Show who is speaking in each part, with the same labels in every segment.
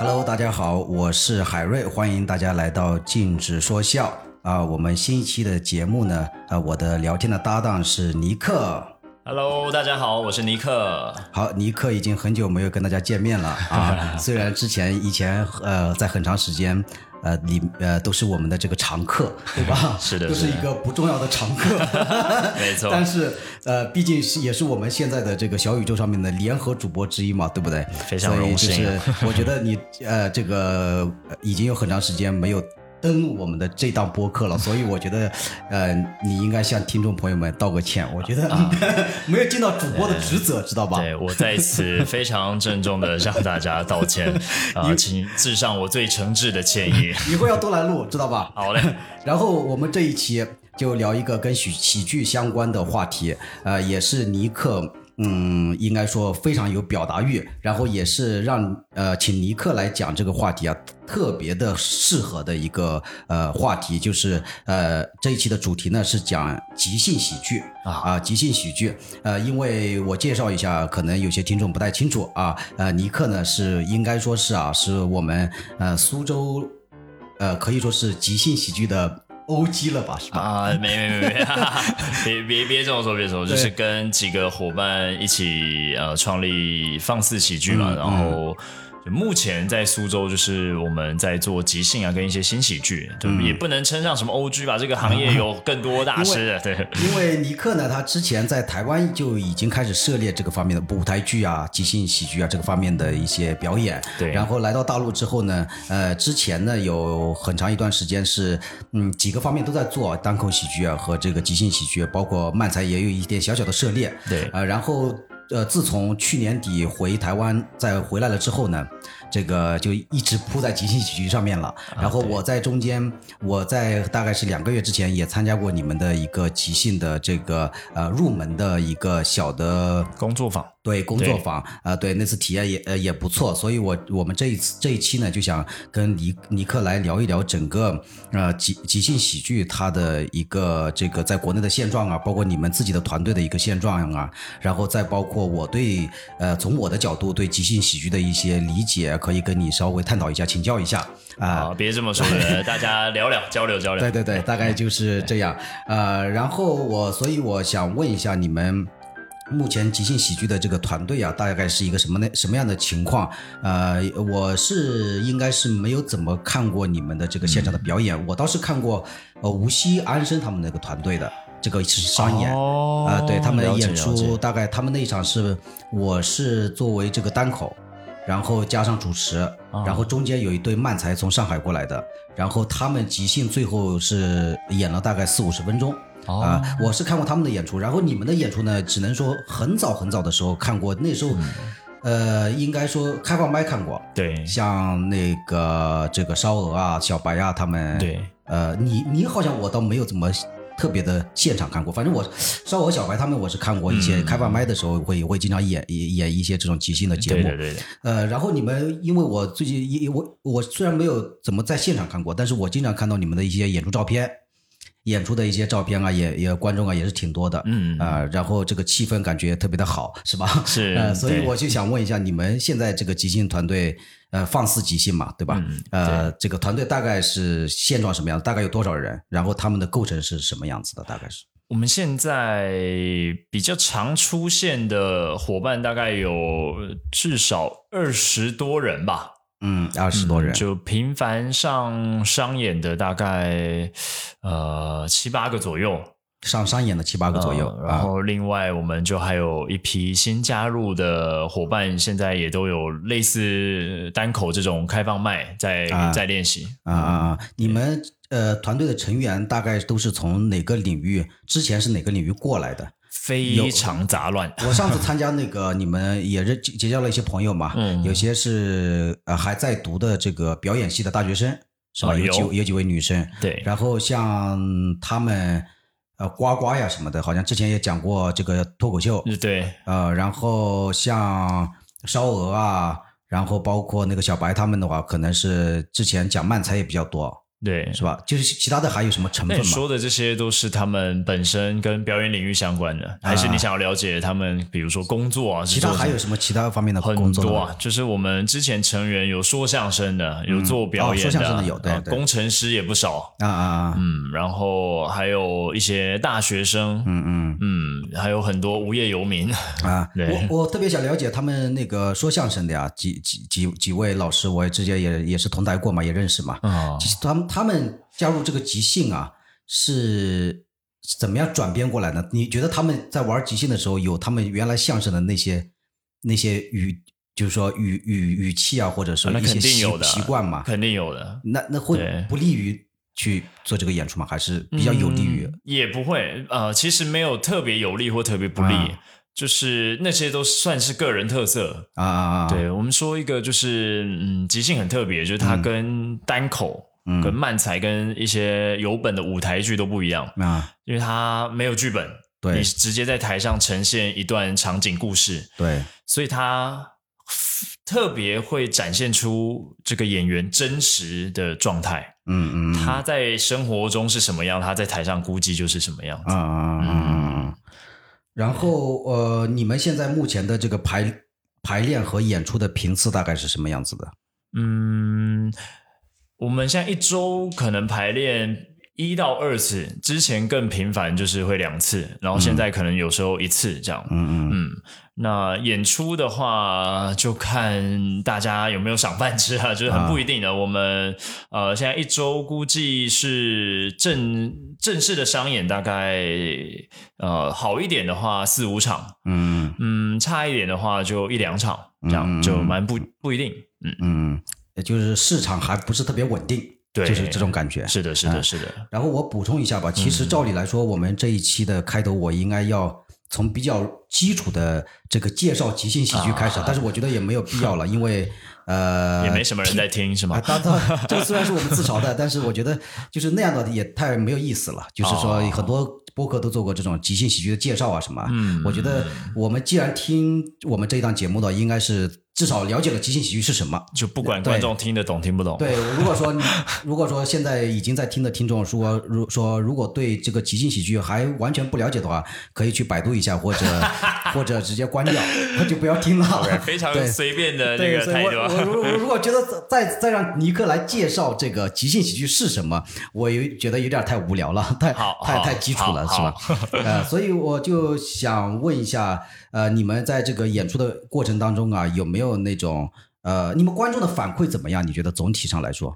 Speaker 1: Hello，大家好，我是海瑞，欢迎大家来到禁止说笑啊！我们新一期的节目呢，啊，我的聊天的搭档是尼克。
Speaker 2: Hello，大家好，我是尼克。
Speaker 1: 好，尼克已经很久没有跟大家见面了啊！虽然之前以前呃，在很长时间呃里呃都是我们的这个常客，对吧？
Speaker 2: 是的
Speaker 1: 都是
Speaker 2: 是的
Speaker 1: 一个不重要的常客，
Speaker 2: 没错
Speaker 1: 但是呃，毕竟是也是我们现在的这个小宇宙上面的联合主播之一嘛，对不对？
Speaker 2: 非常荣幸啊
Speaker 1: 所以就是我觉得你呃这个呃已经有很长时间没有。登我们的这档播客了，所以我觉得，呃，你应该向听众朋友们道个歉。我觉得、 没有尽到主播的职责，知道吧？
Speaker 2: 啊对我在此非常郑重的向大家 道歉，啊、请致上我最诚挚的歉意。
Speaker 1: 以后要多来录，知道吧？
Speaker 2: 好嘞，
Speaker 1: 然后我们这一期就聊一个跟喜喜剧相关的话题，呃，也是尼克，嗯，应该说非常有表达欲，然后也是让呃，请尼克来讲这个话题啊，特别的适合的一个呃话题，就是呃这一期的主题呢是讲即兴喜剧
Speaker 2: 啊
Speaker 1: 啊，即兴喜剧，呃，因为我介绍一下，可能有些听众不太清楚啊，呃，尼克呢是应该说是啊，是我们呃苏州。呃，可以说是即兴喜剧的 OG 了吧，是吧？
Speaker 2: 啊，没没 没没，哈哈别别别这么说，别这么说，
Speaker 1: 对
Speaker 2: 就是跟几个伙伴一起呃创立放肆喜剧嘛，
Speaker 1: 嗯
Speaker 2: 然后。就目前在苏州，就是我们在做即兴啊，跟一些新喜剧，就
Speaker 1: 嗯
Speaker 2: 也不能称上什么 O G 吧，这个行业有更多大师，对，
Speaker 1: 因为尼克呢，他之前在台湾就已经开始涉猎这个方面的舞台剧啊、即兴喜剧啊这个方面的一些表演。
Speaker 2: 对啊
Speaker 1: 然后来到大陆之后呢，呃，之前呢有很长一段时间是，嗯，几个方面都在做单口喜剧啊和这个即兴喜剧，包括漫才也有一点小小的涉猎。
Speaker 2: 对
Speaker 1: 呃，然后呃，自从去年底回台湾再回来了之后呢，这个就一直扑在即兴喜剧上面了。
Speaker 2: 啊
Speaker 1: 然后我在中间，我在大概是两个月之前也参加过你们的一个即兴的这个呃入门的一个小的
Speaker 2: 工作坊，
Speaker 1: 对工作坊，呃，对那次体验也呃也不错，所以我我们这一次这一期呢，就想跟尼尼克来聊一聊整个呃即即兴喜剧它的一个这个在国内的现状啊，包括你们自己的团队的一个现状啊，然后再包括我对呃从我的角度对即兴喜剧的一些理解，可以跟你稍微探讨一下，请教一下啊。
Speaker 2: 啊，别这么说， 大家聊聊交流交流哦
Speaker 1: 对。对对，大概就是这样。呃，然后我，所以我想问一下你们。目前即兴喜剧的这个团队啊，大概是一个什么呢？什么样的情况？呃，我是应该是没有怎么看过你们的这个现场的表演，我倒是看过呃无锡安生他们那个团队的这个是商演，
Speaker 2: 哦
Speaker 1: 啊、对他们的
Speaker 2: 了解
Speaker 1: 演
Speaker 2: 了
Speaker 1: 出
Speaker 2: 解
Speaker 1: 大概他们那一场是我是作为这个单口，然后加上主持，
Speaker 2: 啊
Speaker 1: 然后中间有一对慢才从上海过来的，然后他们即兴最后是演了大概四五十分钟。
Speaker 2: 哦
Speaker 1: 啊、我是看过他们的演出，然后你们的演出呢，只能说很早很早的时候看过，那时
Speaker 2: 嗯
Speaker 1: 候，呃，应该说开放麦看过，
Speaker 2: 对
Speaker 1: 像那个这个烧鹅啊、小白啊他们，
Speaker 2: 对，
Speaker 1: 呃，你你好像我倒没有怎么特别的现场看过，反正我烧鹅、小白他们我是看过一些
Speaker 2: 嗯
Speaker 1: 开放麦的时候会会经常演演演一些这种即兴的节目，
Speaker 2: 对对对对，
Speaker 1: 呃，然后你们因为我最近因我我虽然没有怎么在现场看过，但是我经常看到你们的一些演出照片。演出的一些照片啊，也也观众啊也是挺多的，
Speaker 2: 嗯
Speaker 1: 啊、然后这个气氛感觉特别的好，是吧？
Speaker 2: 是
Speaker 1: 呃，所以
Speaker 2: 对
Speaker 1: 我就想问一下，你们现在这个即兴团队，呃，放肆即兴嘛，对吧？
Speaker 2: 嗯
Speaker 1: 呃，这个团队大概是现状什么样？大概有多少人？然后他们的构成是什么样子的？大概是
Speaker 2: 我们现在比较常出现的伙伴大概有至少二十多人吧，
Speaker 1: 嗯，二十多人，
Speaker 2: 就频繁上商演的大概呃七八个左右，
Speaker 1: 上商演的七八个左右，啊
Speaker 2: 呃然后另外我们就还有一批新加入的伙伴，现在也都有类似单口这种开放麦在、
Speaker 1: 啊
Speaker 2: 在练习。
Speaker 1: 啊啊啊！
Speaker 2: 嗯
Speaker 1: 你们呃团队的成员大概都是从哪个领域？之前是哪个领域过来的？
Speaker 2: 非常杂乱，
Speaker 1: 我上次参加那个， 你们也认结结交了一些朋友嘛，
Speaker 2: 嗯
Speaker 1: 有些是呃还在读的这个表演系的大学生，是吧？
Speaker 2: 啊
Speaker 1: 有几
Speaker 2: 有
Speaker 1: 有几位女生，
Speaker 2: 对，
Speaker 1: 然后像他们呃呱呱呀什么的，好像之前也讲过这个脱口秀，
Speaker 2: 对，
Speaker 1: 呃，然后像烧鹅啊，然后包括那个小白他们的话，可能是之前讲慢才也比较多。
Speaker 2: 对，
Speaker 1: 是吧？就是其他的还有什么成
Speaker 2: 嗯那
Speaker 1: 分
Speaker 2: 你
Speaker 1: 吗？
Speaker 2: 说的这些都是他们本身跟表演领域相关的，还是你想要了解他们，比如说工作啊？
Speaker 1: 啊其
Speaker 2: 是
Speaker 1: 他
Speaker 2: 做
Speaker 1: 还
Speaker 2: 什
Speaker 1: 有
Speaker 2: 么
Speaker 1: 什么其他方面的工
Speaker 2: 很
Speaker 1: 作呢
Speaker 2: 多啊，就是我们之前成员有说相声的，有做表演
Speaker 1: 哦说相声的有对
Speaker 2: 啊
Speaker 1: 对
Speaker 2: 工程师也不少，
Speaker 1: 啊啊啊！
Speaker 2: 嗯，然后还有一些大学生，嗯嗯还有很多无业游民，
Speaker 1: 啊，
Speaker 2: 嗯对
Speaker 1: 我我特别想了解他们那个说相声的呀，几几几几位老师，我也之前也也是同台过嘛，也认识嘛。
Speaker 2: 啊
Speaker 1: 其实他们他们加入这个即兴啊，是是怎么样转变过来的？你觉得他们在玩即兴的时候，有他们原来相声的那些那些语，就是说语语语气啊，或者说
Speaker 2: 那
Speaker 1: 一
Speaker 2: 肯
Speaker 1: 些
Speaker 2: 定
Speaker 1: 习
Speaker 2: 有的
Speaker 1: 习惯嘛？
Speaker 2: 肯定有的，
Speaker 1: 那那会
Speaker 2: 对
Speaker 1: 不利于去做这个演出吗？还是比较有利于？
Speaker 2: 嗯也不会，呃，其实没有特别有利或特别不利，
Speaker 1: 啊
Speaker 2: 就是那些都算是个人特色，
Speaker 1: 啊啊啊！
Speaker 2: 对我们说一个就是，嗯，即兴很特别，就是它跟单口、
Speaker 1: 嗯
Speaker 2: 跟漫才、跟一些有本的舞台剧都不一样，
Speaker 1: 啊，
Speaker 2: 因为它没有剧本，
Speaker 1: 对
Speaker 2: 你直接在台上呈现一段场景故事，
Speaker 1: 对，
Speaker 2: 所以它特别会展现出这个演员真实的状态。
Speaker 1: 嗯嗯，嗯
Speaker 2: 他在生活中是什么样，他在台上估计就是什么样子。
Speaker 1: 啊啊啊啊！啊然后呃，你们现在目前的这个排排练和演出的频次大概是什么样子的？
Speaker 2: 嗯，我们现在一周可能排练一到二次，之前更频繁就是会两次，然后现在可能有时候一次这样。
Speaker 1: 嗯嗯
Speaker 2: 嗯，那演出的话，就看大家有没有赏饭吃啊， 就是很不一定的。我们呃，现在一周估计是正正式的商演，大概呃好一点的话四五场，
Speaker 1: 嗯
Speaker 2: 嗯，差一点的话就一两场，这样、
Speaker 1: 嗯
Speaker 2: 就蛮不不一定。嗯，
Speaker 1: 嗯，也就是市场还不是特别稳定，
Speaker 2: 对
Speaker 1: 就是这种感觉。
Speaker 2: 是的，是
Speaker 1: 啊
Speaker 2: 的，是的。
Speaker 1: 然后我补充一下吧，其实照理来说，我们这一期的开头我应该要从比较基础的这个介绍即兴喜剧开始，但是我觉得也没有必要了，因为呃
Speaker 2: 也没什么人在听，是
Speaker 1: 啊，
Speaker 2: 吗？
Speaker 1: 当当，这虽然是我们自嘲的，但是我觉得就是那样的也太没有意思了。就是说，很多播客都做过这种即兴喜剧的介绍啊什么。
Speaker 2: 哦嗯
Speaker 1: 我觉得我们既然听我们这一档节目的，应该是至少了解了即兴喜剧是什么。
Speaker 2: 就不管观众听得懂听不懂，
Speaker 1: 对，如果说你如果说现在已经在听的听众说，如说如果对这个即兴喜剧还完全不了解的话，可以去百度一下，或者或者直接关掉，那就不要听了。
Speaker 2: 非常
Speaker 1: 对
Speaker 2: 随便的那
Speaker 1: 对，
Speaker 2: 个
Speaker 1: 所以
Speaker 2: 态
Speaker 1: 我
Speaker 2: 度啊。
Speaker 1: 我如我如果觉得再再让尼克来介绍这个即兴喜剧是什么，我有觉得有点太无聊了，太
Speaker 2: 好
Speaker 1: 太
Speaker 2: 好
Speaker 1: 太基础了，是
Speaker 2: 好
Speaker 1: 吧？ 呃，所以我就想问一下，呃，你们在这个演出的过程当中啊，有没有那种呃，你们观众的反馈怎么样？你觉得总体上来说？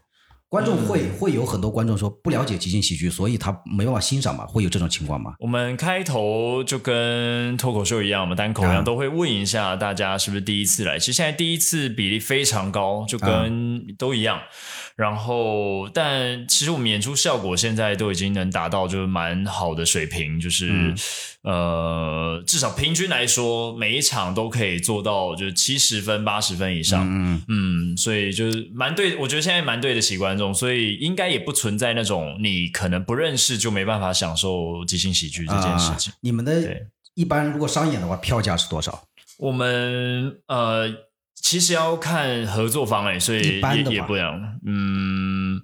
Speaker 1: 观
Speaker 2: 嗯
Speaker 1: 众会、会有很多观众说不了解即兴喜剧，所以他没办法欣赏嘛，会有这种情况吗？
Speaker 2: 我们开头就跟脱口秀一样，我们单口一
Speaker 1: 啊
Speaker 2: 样，都会问一下大家是不是第一次来。其实现在第一次比例非常高，就跟都一样。然后，但其实我们演出效果现在都已经能达到就是蛮好的水平，就是、呃，至少平均来说，每一场都可以做到就是七十分、八十分以上。
Speaker 1: 嗯
Speaker 2: 嗯，所以就是蛮对，我觉得现在蛮对得起观众，所以应该也不存在那种你可能不认识就没办法享受即兴喜剧嗯这件事情。
Speaker 1: 啊、你们的
Speaker 2: 对
Speaker 1: 一般如果商演的话，票价是多少？
Speaker 2: 我们呃，其实要看合作方哎、所以
Speaker 1: 一般
Speaker 2: 也
Speaker 1: 的吧
Speaker 2: 也不一样。嗯，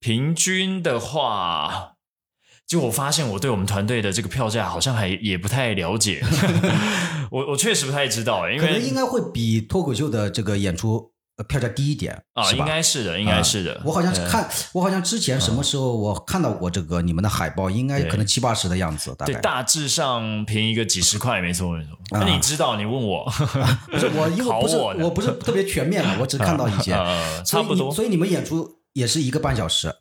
Speaker 2: 平均的话。就我发现，我对我们团队的这个票价好像还也不太了解， 我我确实不太知道、哎因
Speaker 1: 可能
Speaker 2: 为
Speaker 1: 应该会比脱口秀的这个演出呃票价低一点
Speaker 2: 啊，
Speaker 1: 是吧
Speaker 2: 应该是的，应该嗯是的。
Speaker 1: 我好像是
Speaker 2: 对
Speaker 1: 看，我好像之前什么时候我看到过这个你们的海报，应该可能七八十的样子，大
Speaker 2: 对，
Speaker 1: 概。啊
Speaker 2: 大致上平一个几十块，没错没错。那、你知道，你问我，
Speaker 1: 不是我，因为
Speaker 2: 考
Speaker 1: 不是
Speaker 2: 我呢
Speaker 1: 我不是特别全面了， 我只看到一些，
Speaker 2: 呃，
Speaker 1: 所
Speaker 2: 差
Speaker 1: 以
Speaker 2: 不
Speaker 1: 你
Speaker 2: 多。
Speaker 1: 所以你们演出也是一个半小时，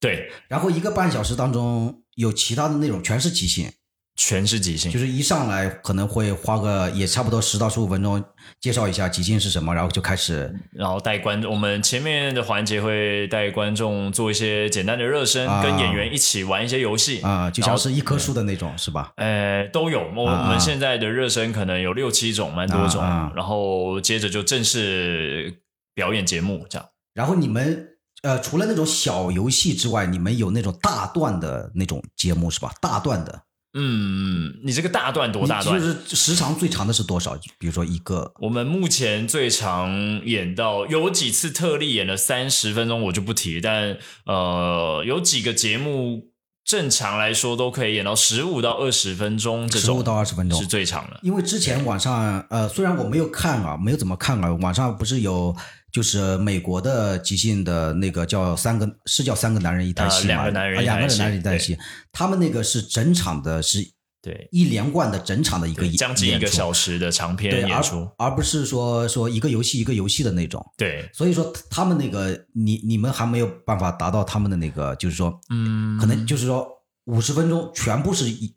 Speaker 2: 对，
Speaker 1: 然后一个半小时当中有其他的内容，全是即兴，
Speaker 2: 全是即兴
Speaker 1: 就。是一上来可能会花个也差不多十到十五分钟介绍一下即兴是什么，然后就开始
Speaker 2: 然后带观众，我们前面的环节会带观众做一些简单的热身，
Speaker 1: 啊
Speaker 2: 跟演员一起玩一些游戏。
Speaker 1: 啊、就像是一棵树的那种，是吧？
Speaker 2: 呃，都有。我
Speaker 1: 啊
Speaker 2: 我们现在的热身可能有六七种，蛮多种。
Speaker 1: 啊啊
Speaker 2: 然后接着就正式表演节目，这样。
Speaker 1: 然后你们呃，除了那种小游戏之外，你们有那种大段的那种节目是吧？大段的
Speaker 2: 嗯，你这个大段多大段？啊
Speaker 1: 就是时长最长的是多少？比如说一个，
Speaker 2: 我们目前最长演到有几次特例演了三十分钟，我就不提。但呃，有几个节目正常来说都可以演到十五到二十分钟，这
Speaker 1: 十
Speaker 2: 种
Speaker 1: 五到二十分钟
Speaker 2: 是。最长的。
Speaker 1: 因为之前网上呃，虽然我没有看啊，没有怎么看啊，网上不是有就是美国的即兴的那个叫三个是叫三个男人一台
Speaker 2: 啊
Speaker 1: 戏嘛，
Speaker 2: 两个男人
Speaker 1: 啊
Speaker 2: 一台
Speaker 1: 两个
Speaker 2: 戏
Speaker 1: 男人一台
Speaker 2: 对
Speaker 1: 戏，他们那个是整场的是
Speaker 2: 对，
Speaker 1: 一连贯的整场的一个演
Speaker 2: 将近一
Speaker 1: 演
Speaker 2: 个
Speaker 1: 出
Speaker 2: 小时的长
Speaker 1: 对，
Speaker 2: 篇演出。
Speaker 1: 而而不是说说一个游戏一个游戏的那种。
Speaker 2: 对，
Speaker 1: 所以说他们那个你你们还没有办法达到他们的那个，就是说
Speaker 2: 嗯
Speaker 1: 可能就是说五十分钟全部是一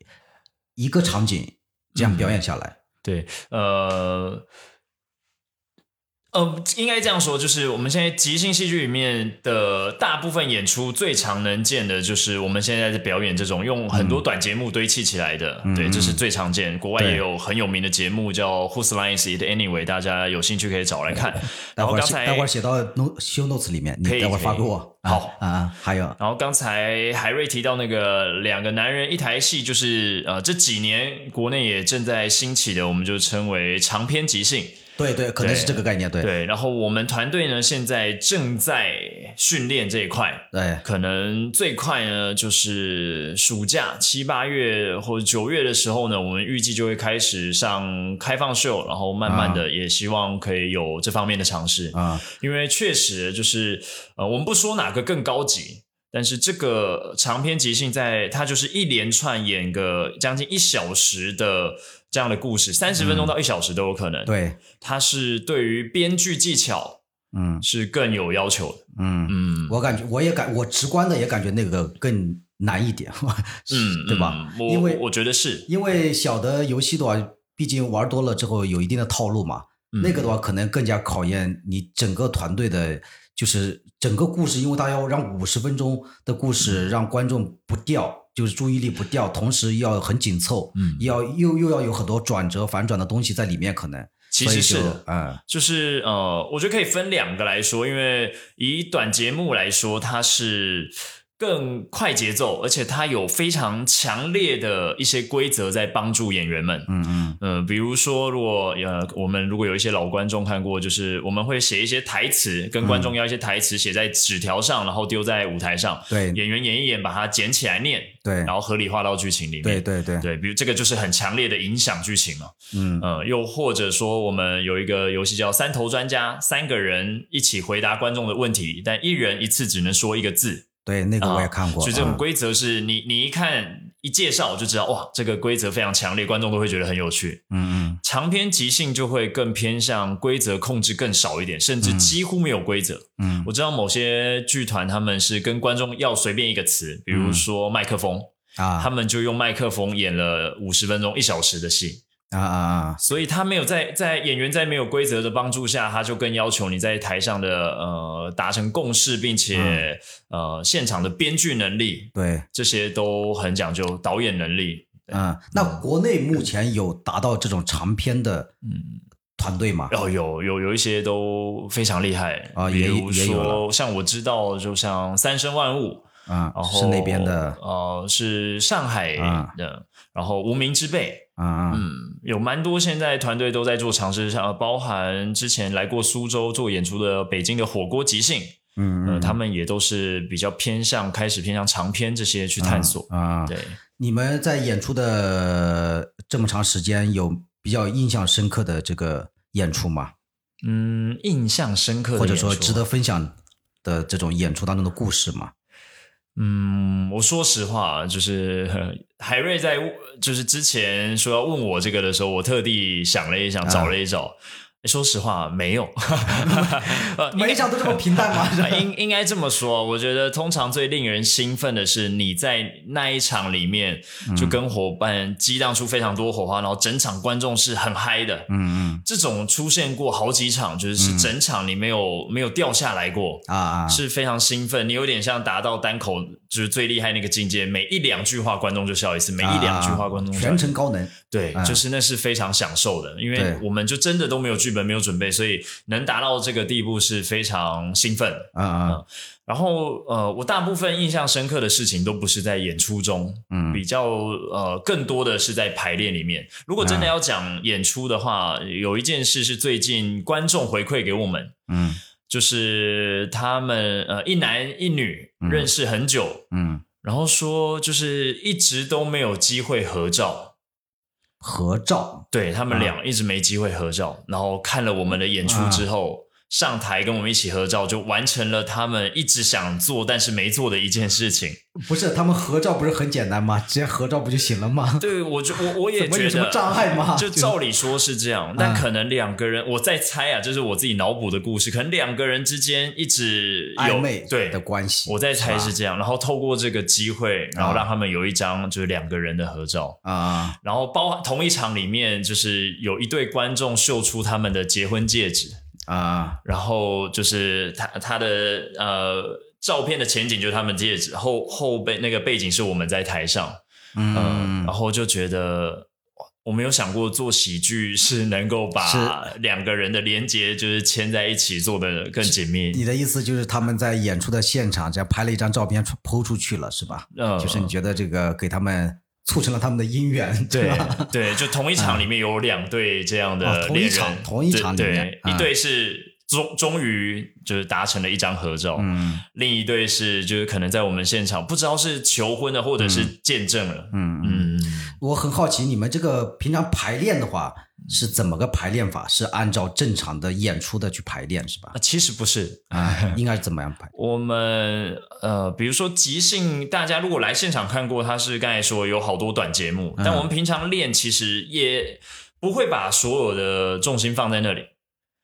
Speaker 1: 一个场景这
Speaker 2: 嗯
Speaker 1: 样表演下来。
Speaker 2: 对，呃，呃，应该这样说，就是我们现在即兴戏剧里面的大部分演出最常能见的，就是我们现在在表演这种用很多短节目堆砌起来的，
Speaker 1: 嗯
Speaker 2: 对，
Speaker 1: 嗯
Speaker 2: 这是最常见。国外
Speaker 1: 对
Speaker 2: 也有很有名的节目叫《Whose Line Is It Anyway》，大家有兴趣可以找来 看。
Speaker 1: 待
Speaker 2: 然后
Speaker 1: 会儿
Speaker 2: 刚
Speaker 1: 写
Speaker 2: 才
Speaker 1: 待会儿写到 no show notes 里面，你
Speaker 2: 可以
Speaker 1: 待会儿
Speaker 2: 可以
Speaker 1: 发给我。啊
Speaker 2: 好
Speaker 1: 啊，还有
Speaker 2: 然后刚才海瑞提到那个两个男人一台戏，就是呃这几年国内也正在兴起的，我们就称为长篇即兴。
Speaker 1: 对对，可能是这个概念，对
Speaker 2: 对，然后我们团队呢现在正在训练这一块，
Speaker 1: 对
Speaker 2: 可能最快呢就是暑假七八月或者九月的时候呢，我们预计就会开始上开放秀，然后慢慢的也希望可以有这方面的尝试，
Speaker 1: 啊，
Speaker 2: 因为确实就是呃，我们不说哪个更高级。但是这个长篇即兴在，它就是一连串演个将近一小时的这样的故事，三十分钟到一小时都有可能。
Speaker 1: 对，
Speaker 2: 它是对于编剧技巧
Speaker 1: 嗯
Speaker 2: 是更有要求的。
Speaker 1: 嗯，
Speaker 2: 嗯
Speaker 1: 我感觉我也感我直观的也感觉那个更难一点，
Speaker 2: 嗯，
Speaker 1: 对吧？
Speaker 2: 嗯我
Speaker 1: 因为
Speaker 2: 我觉得是
Speaker 1: 因为小的游戏的话，毕竟玩多了之后有一定的套路嘛，
Speaker 2: 嗯
Speaker 1: 那个的话可能更加考验你整个团队的，就是整个故事，因为它要让五十分钟的故
Speaker 2: 嗯
Speaker 1: 事让观众不掉，就是注意力不掉，同时要很紧凑，
Speaker 2: 嗯
Speaker 1: 要又又要有很多转折反转的东西在里面，可能
Speaker 2: 其实是
Speaker 1: 所以
Speaker 2: 的
Speaker 1: 就嗯
Speaker 2: 就是呃，我觉得可以分两个来说，因为以短节目来说，它是更快节奏，而且它有非常强烈的一些规则在帮助演员们。
Speaker 1: 嗯嗯
Speaker 2: 呃，比如说，如果呃，我们如果有一些老观众看过，就是我们会写一些台词，跟
Speaker 1: 嗯
Speaker 2: 观众要一些台词写在纸条上，然后丢在舞台上，
Speaker 1: 对
Speaker 2: 演员演一演，把它捡起来念，
Speaker 1: 对
Speaker 2: 然后合理化到剧情里面。
Speaker 1: 对对对，
Speaker 2: 对比如这个就是很强烈的影响剧情嘛。
Speaker 1: 嗯
Speaker 2: 呃，又或者说我们有一个游戏叫三头专家，三个人一起回答观众的问题，但一人一次只能说一个字。
Speaker 1: 对，那个我也看过，
Speaker 2: 所以这种
Speaker 1: 嗯
Speaker 2: 规则啊是你你一看一介绍就知道，哇，这个规则非常强烈，观众都会觉得很有趣。
Speaker 1: 嗯
Speaker 2: 长篇即兴就会更偏向规则控制更少一点，甚至几乎没有规则。
Speaker 1: 嗯
Speaker 2: 我知道某些剧团他们是跟观众要随便一个词，比如说麦克风，
Speaker 1: 嗯啊
Speaker 2: 他们就用麦克风演了五十分钟、一小时的戏，
Speaker 1: 啊啊啊，
Speaker 2: 所以他没有在在演员在没有规则的帮助下，他就更要求你在台上的呃达成共识，并且、
Speaker 1: 嗯
Speaker 2: 呃现场的编剧能力
Speaker 1: 对。
Speaker 2: 这些都很讲究导演能力。
Speaker 1: 嗯，那国内目前有达到这种长篇的
Speaker 2: 嗯，
Speaker 1: 团队吗？
Speaker 2: 哦，有有有一些都非常厉害
Speaker 1: 啊
Speaker 2: 比
Speaker 1: 也
Speaker 2: 如
Speaker 1: 也有
Speaker 2: 说像我知道，就像三生万物，
Speaker 1: 啊、
Speaker 2: 然后
Speaker 1: 是那边的，
Speaker 2: 呃是上海
Speaker 1: 啊
Speaker 2: 的，然后无名之辈，
Speaker 1: 啊啊、
Speaker 2: 嗯，有蛮多现在团队都在做尝试，像包含之前来过苏州做演出的北京的火锅即兴，
Speaker 1: 嗯
Speaker 2: 呃，
Speaker 1: 嗯，
Speaker 2: 他们也都是比较偏向开始偏向长篇这些去探索。
Speaker 1: 啊，
Speaker 2: 对，
Speaker 1: 你们在演出的这么长时间，有比较印象深刻的这个演出吗？
Speaker 2: 嗯，印象深刻的
Speaker 1: 或者
Speaker 2: 演
Speaker 1: 说
Speaker 2: 出
Speaker 1: 值得分享的这种演出当中的故事吗？
Speaker 2: 嗯，我说实话，就是 呃海瑞在就是之前说要问我这个的时候，我特地想了
Speaker 1: 啊
Speaker 2: 一想，找了一找。说实话，啊没 有， 呃
Speaker 1: 每一场都这么平淡 吗
Speaker 2: 呃应应该这么说，我觉得通常最令人兴奋的是你在那一场里面
Speaker 1: 嗯
Speaker 2: 就跟伙伴激荡出非常多火花，然后整场观众是很嗨的。
Speaker 1: 嗯
Speaker 2: 这种出现过好几场，就是是整场你没有、没有掉下来过。
Speaker 1: 嗯啊啊，
Speaker 2: 是非常兴奋，你有点像达到单口就是最厉害那个境界，每一两句话观众就笑一次，每一两句话观众就笑一
Speaker 1: 啊全
Speaker 2: 次
Speaker 1: 程高能，
Speaker 2: 对，
Speaker 1: 嗯
Speaker 2: 就是那是非常享受的，因为
Speaker 1: 对
Speaker 2: 我们就真的都没有剧本，没有准备，所以能达到这个地步是非常兴奋的。
Speaker 1: 啊啊，
Speaker 2: 然后呃，我大部分印象深刻的事情都不是在演出中，
Speaker 1: 嗯
Speaker 2: 比较呃更多的是在排练里面。如果真
Speaker 1: 嗯
Speaker 2: 的要讲演出的话，有一件事是最近观众回馈给我们，
Speaker 1: 嗯
Speaker 2: 就是他们呃一男一女
Speaker 1: 嗯
Speaker 2: 认识很久，
Speaker 1: 嗯，
Speaker 2: 然后说就是一直都没有机会合照。
Speaker 1: 合照，
Speaker 2: 对他们俩一直没机会合照，然后看了我们的演
Speaker 1: 嗯
Speaker 2: 出之后，上台跟我们一起合照，就完成了他们一直想做但是没做的一件事情。
Speaker 1: 不是他们合照不是很简单吗？直接合照不就行了吗？
Speaker 2: 对我就我我也
Speaker 1: 怎么
Speaker 2: 觉得
Speaker 1: 有什么障碍吗
Speaker 2: 就
Speaker 1: 就是嗯
Speaker 2: 照理说是这样，但可能两个人，我在猜啊，这是我自己脑补的故事，可能两个人之间一直有
Speaker 1: 暧昧
Speaker 2: 对
Speaker 1: 的关系，
Speaker 2: 我在猜
Speaker 1: 是
Speaker 2: 是
Speaker 1: 吧
Speaker 2: 这样，然后透过这个机会，然后
Speaker 1: 啊
Speaker 2: 让他们有一张就是两个人的合照。
Speaker 1: 啊啊
Speaker 2: 然后包含同一场里面，就是有一对观众秀出他们的结婚戒指，
Speaker 1: 啊
Speaker 2: 然后就是他他的呃照片的前景就是他们戒指，后后背那个背景是我们在台上，嗯，
Speaker 1: 嗯
Speaker 2: 然，后就觉得。哇我没有想过做喜剧是能够把
Speaker 1: 是
Speaker 2: 两个人的连接就是牵在一起做的更紧密，
Speaker 1: 你的意思就是他们在演出的现场，这样拍了一张照片出抛出去了，是吧？
Speaker 2: 嗯，
Speaker 1: 就是你觉得这个给他们促成了他们的姻 缘，
Speaker 2: 对
Speaker 1: 是吧？
Speaker 2: 对，就同一场里面有两对这
Speaker 1: 啊
Speaker 2: 样的
Speaker 1: 同一
Speaker 2: 恋人，
Speaker 1: 场同一场里
Speaker 2: 对，
Speaker 1: 面
Speaker 2: 对一
Speaker 1: 啊
Speaker 2: 对是终终于就是达成了一张合照，
Speaker 1: 嗯
Speaker 2: 另一对是就是可能在我们现场不知道是求婚的或者是见证了，
Speaker 1: 嗯嗯。
Speaker 2: 嗯，
Speaker 1: 我很好奇，你们这个平常排练的话是怎么个排练法？是按照正常的演出的去排练是吧
Speaker 2: 啊？其实不是。
Speaker 1: 啊，应该是怎么样排？
Speaker 2: 我们呃，比如说即兴，大家如果来现场看过，他是刚才说有好多短节目，但
Speaker 1: 嗯
Speaker 2: 我们平常练其实也不会把所有的重心放在那里，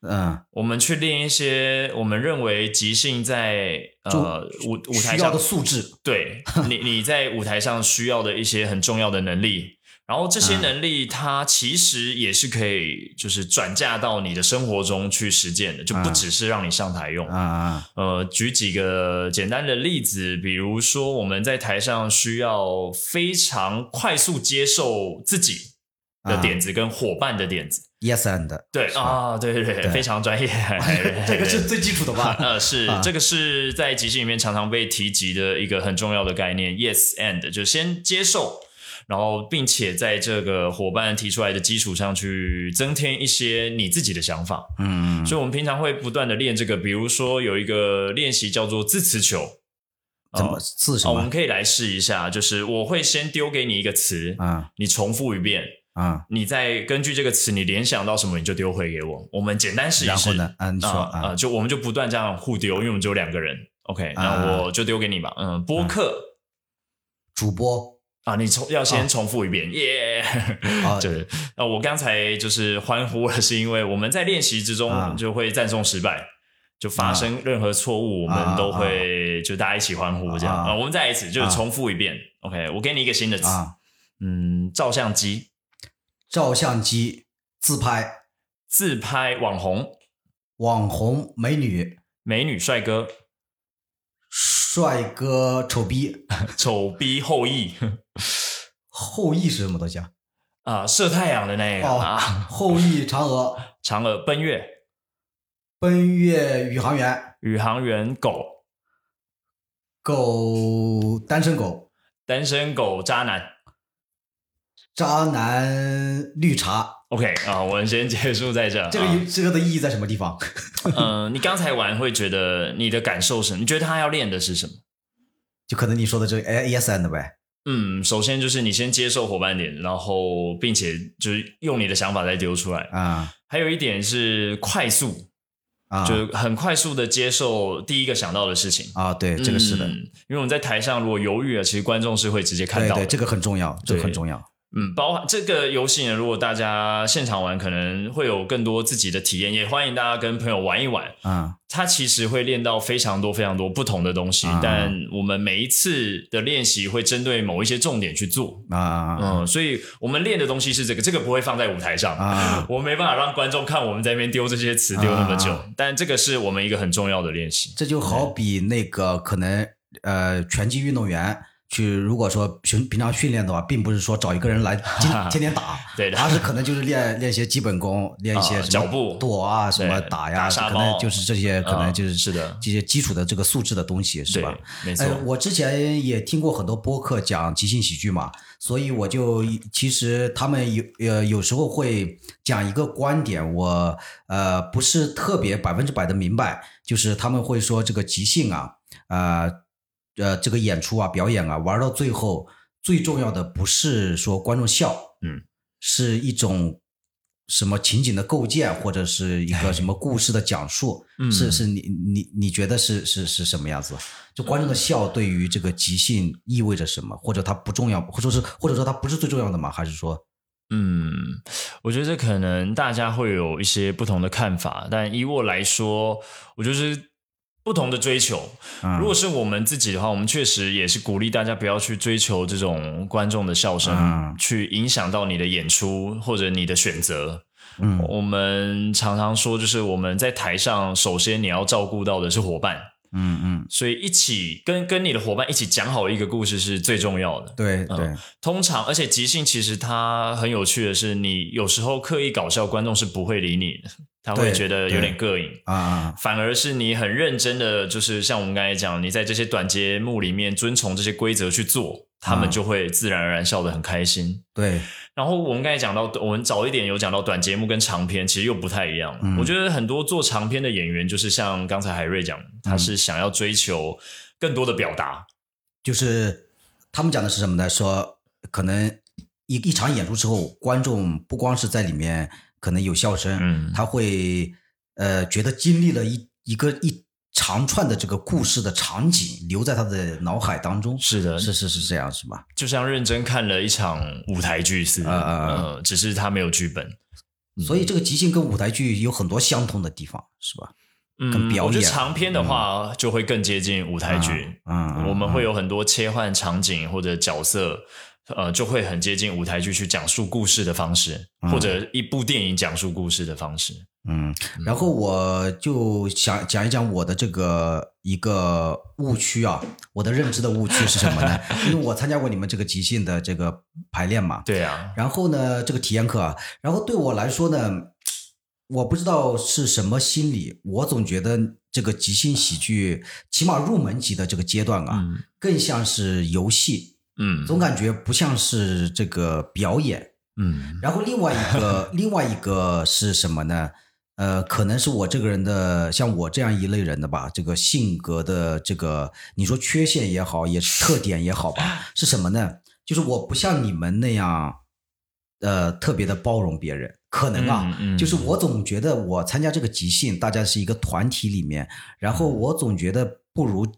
Speaker 1: 嗯，
Speaker 2: 我们去练一些我们认为即兴在呃舞舞台
Speaker 1: 需要
Speaker 2: 上
Speaker 1: 的素质，
Speaker 2: 对你你在舞台上需要的一些很重要的能力，然后这些
Speaker 1: 嗯
Speaker 2: 能力它其实也是可以就是转嫁到你的生活中去实践的，就不
Speaker 1: 嗯
Speaker 2: 只是让你上台用。
Speaker 1: 啊
Speaker 2: 呃，举几个简单的例子，比如说我们在台上需要非常快速接受自己的
Speaker 1: 啊
Speaker 2: 点子跟伙伴的点子。
Speaker 1: ，yes and，
Speaker 2: 对
Speaker 1: 是吧
Speaker 2: 啊，对对对，
Speaker 1: 对
Speaker 2: 非常专 业，哎
Speaker 1: 这个是最基础的 吧？
Speaker 2: 呃，是
Speaker 1: 啊
Speaker 2: 这个是在即兴里面常常被提及的一个很重要的概念，yes and，就先接受，然后并且在这个伙伴提出来的基础上去增添一些你自己的想法。
Speaker 1: 嗯，
Speaker 2: 所以我们平常会不断的练这个，比如说有一个练习叫做自词球。
Speaker 1: 怎么是什
Speaker 2: 哦，我们
Speaker 1: 么？
Speaker 2: 可以来试一下，就是我会先丢给你一个词，
Speaker 1: 啊
Speaker 2: 你重复一遍，
Speaker 1: 啊，
Speaker 2: 你再根据这个词你联想到什么，你就丢回给我。我们简单试一试。
Speaker 1: 然后呢？啊，你说
Speaker 2: 啊啊、
Speaker 1: 啊
Speaker 2: 就我们就不断这样互丢，因为我们只有两个人。OK，
Speaker 1: 啊
Speaker 2: 那我就丢给你吧。嗯，播客
Speaker 1: 主 播
Speaker 2: 啊你重要先重复一遍，耶、
Speaker 1: 啊
Speaker 2: 对，那我刚才就是欢呼了，是因为我们在练习之
Speaker 1: 啊
Speaker 2: 中就会赞颂失败，就发生任何错误，我
Speaker 1: 啊
Speaker 2: 们都会就大家一起欢呼这样。
Speaker 1: 啊
Speaker 2: 啊，我们再一次就是
Speaker 1: 啊
Speaker 2: 重复一遍。OK，我给你一个新的词，
Speaker 1: 啊，
Speaker 2: 嗯，照相机、
Speaker 1: 照相机、自拍、
Speaker 2: 自拍、网红、
Speaker 1: 网红、美女、
Speaker 2: 美女、帅哥、
Speaker 1: 帅哥、丑逼、
Speaker 2: 丑逼后羿
Speaker 1: 后羿是什么东西啊？
Speaker 2: 啊，射太阳的那个、
Speaker 1: 哦
Speaker 2: 啊。
Speaker 1: 后羿、嫦娥、
Speaker 2: 嫦娥、奔月、
Speaker 1: 奔月、宇航员、
Speaker 2: 宇航员、狗、
Speaker 1: 狗、单身狗、
Speaker 2: 单身狗、渣男。
Speaker 1: 渣男、绿茶，
Speaker 2: OK 啊，我们先结束在这。啊
Speaker 1: 这个有这个的意义在什么地方？
Speaker 2: 嗯、呃你刚才玩会觉得你的感受是什么？你觉得他要练的是什么？
Speaker 1: 就可能你说的这个哎 yes and 呗，
Speaker 2: 嗯，首先就是你先接受伙伴点，然后并且就是用你的想法再丢出来。
Speaker 1: 啊
Speaker 2: 还有一点是快速，
Speaker 1: 啊
Speaker 2: 就很快速的接受第一个想到的事情。
Speaker 1: 啊，对，这个是的，
Speaker 2: 嗯因为我们在台上如果犹豫了，其实观众是会直接看
Speaker 1: 对
Speaker 2: 到的。
Speaker 1: 对，这个很重要，这个
Speaker 2: 对
Speaker 1: 很重要，
Speaker 2: 嗯，包含这个游戏呢，如果大家现场玩，可能会有更多自己的体验，也欢迎大家跟朋友玩一玩。
Speaker 1: 啊
Speaker 2: 它其实会练到非常多、非常多不同的东西，
Speaker 1: 啊
Speaker 2: 但我们每一次的练习会针对某一些重点去做。
Speaker 1: 啊啊
Speaker 2: 嗯，所以我们练的东西是这个，这个不会放在舞台上。
Speaker 1: 啊
Speaker 2: 我没办法让观众看我们在那边丢这些词丢那么久，
Speaker 1: 啊
Speaker 2: 但这个是我们一个很重要的练习。
Speaker 1: 这就好比那个可能呃拳击运动员。去，如果说平平常训练的话，并不是说找一个人来今天 天打，
Speaker 2: 对的
Speaker 1: 而是可能就是练练一些基本功，练一些
Speaker 2: 啊
Speaker 1: 什么
Speaker 2: 脚步
Speaker 1: 躲啊，什么
Speaker 2: 对
Speaker 1: 打
Speaker 2: 打
Speaker 1: 呀，
Speaker 2: 沙
Speaker 1: 可
Speaker 2: 包
Speaker 1: 能就是这些，可能
Speaker 2: 嗯
Speaker 1: 就是
Speaker 2: 是的
Speaker 1: 这些基础的这个素质的东西，是
Speaker 2: 对
Speaker 1: 吧？，
Speaker 2: 没错
Speaker 1: 哎，，我之前也听过很多播客讲即兴喜剧嘛，所以我就其实他们有呃有时候会讲一个观点，我呃不是特别百分之百的明白，就是他们会说这个即兴啊，呃呃这个演出啊表演啊玩到最后，最重要的不是说观众笑，
Speaker 2: 嗯，
Speaker 1: 是一种。什么情景的构建，或者是一个什么故事的讲述，
Speaker 2: 哎嗯
Speaker 1: 是是你你你觉得是是是什么样子？就观众的笑对于这个即兴意味着什么，或者它不重要，或者说是或者说它不是最重要的吗？还是说，
Speaker 2: 嗯，我觉得这可能大家会有一些不同的看法，但以我来说，我就是不同的追求。
Speaker 1: 嗯、
Speaker 2: 如果是我们自己的话，我们确实也是鼓励大家不要去追求这种观众的笑声，
Speaker 1: 嗯
Speaker 2: 去影响到你的演出或者你的选择。
Speaker 1: 嗯
Speaker 2: 我们常常说，就是我们在台上，首先你要照顾到的是伙伴，
Speaker 1: 嗯嗯，
Speaker 2: 所以一起跟跟你的伙伴一起讲好一个故事是最重要的。
Speaker 1: 对对，啊
Speaker 2: 通常，而且即兴其实它很有趣的是，你有时候刻意搞笑，观众是不会理你的，他会
Speaker 1: 对
Speaker 2: 觉得有点膈应。
Speaker 1: 啊啊
Speaker 2: 反而是你很认真的，就是像我们刚才讲，你在这些短节目里面遵从这些规则去做，他
Speaker 1: 嗯
Speaker 2: 们就会自然而然笑得很开心。
Speaker 1: 对，
Speaker 2: 然后我们刚才讲到，我们早一点有讲到短节目跟长篇，其实又不太一样。
Speaker 1: 嗯
Speaker 2: 我觉得很多做长篇的演员，就是像刚才海瑞讲，他是想要追求更多的表达，
Speaker 1: 就是他们讲的是什么呢？说可能一一场演出之后，观众不光是在里面可能有笑声，
Speaker 2: 嗯
Speaker 1: 他会呃觉得经历了一一个一长串的这个故事的场景留在他的脑海当中，
Speaker 2: 是的
Speaker 1: 是是是这样是吧？
Speaker 2: 就像认真看了一场舞台剧似的，
Speaker 1: 啊啊啊
Speaker 2: 呃，只是他没有剧本。嗯
Speaker 1: 所以这个即兴跟舞台剧有很多相同的地方，是吧？
Speaker 2: 嗯
Speaker 1: 跟，表演
Speaker 2: 我觉得长篇的话就会更接近舞台剧，
Speaker 1: 嗯，嗯
Speaker 2: 我们会有很多切换场景或者角色，呃，就会很接近舞台剧去讲述故事的方式，
Speaker 1: 嗯
Speaker 2: 或者一部电影讲述故事的方式。
Speaker 1: 嗯，然后我就想讲一讲我的这个一个误区啊，我的认知的误区是什么呢？ 因为我参加过你们这个即兴的这个排练嘛，
Speaker 2: 对啊，
Speaker 1: 然后呢，这个体验课啊，然后对我来说呢，我不知道是什么心理，我总觉得这个即兴喜剧，起码入门级的这个阶段啊，
Speaker 2: 嗯
Speaker 1: 更像是游戏，
Speaker 2: 嗯
Speaker 1: 总感觉不像是这个表演。
Speaker 2: 嗯
Speaker 1: 然后另外一 个另外一个是什么呢？呃，可能是我这个人的，像我这样一类人的吧，这个性格的这个，你说缺陷也好，也是特点也好 吧，是什么呢？就是我不像你们那样，呃，特别的包容别人，可能啊，
Speaker 2: 嗯嗯
Speaker 1: 就是我总觉得我参加这个即兴，大家是一个团体里面，然后我总觉得不如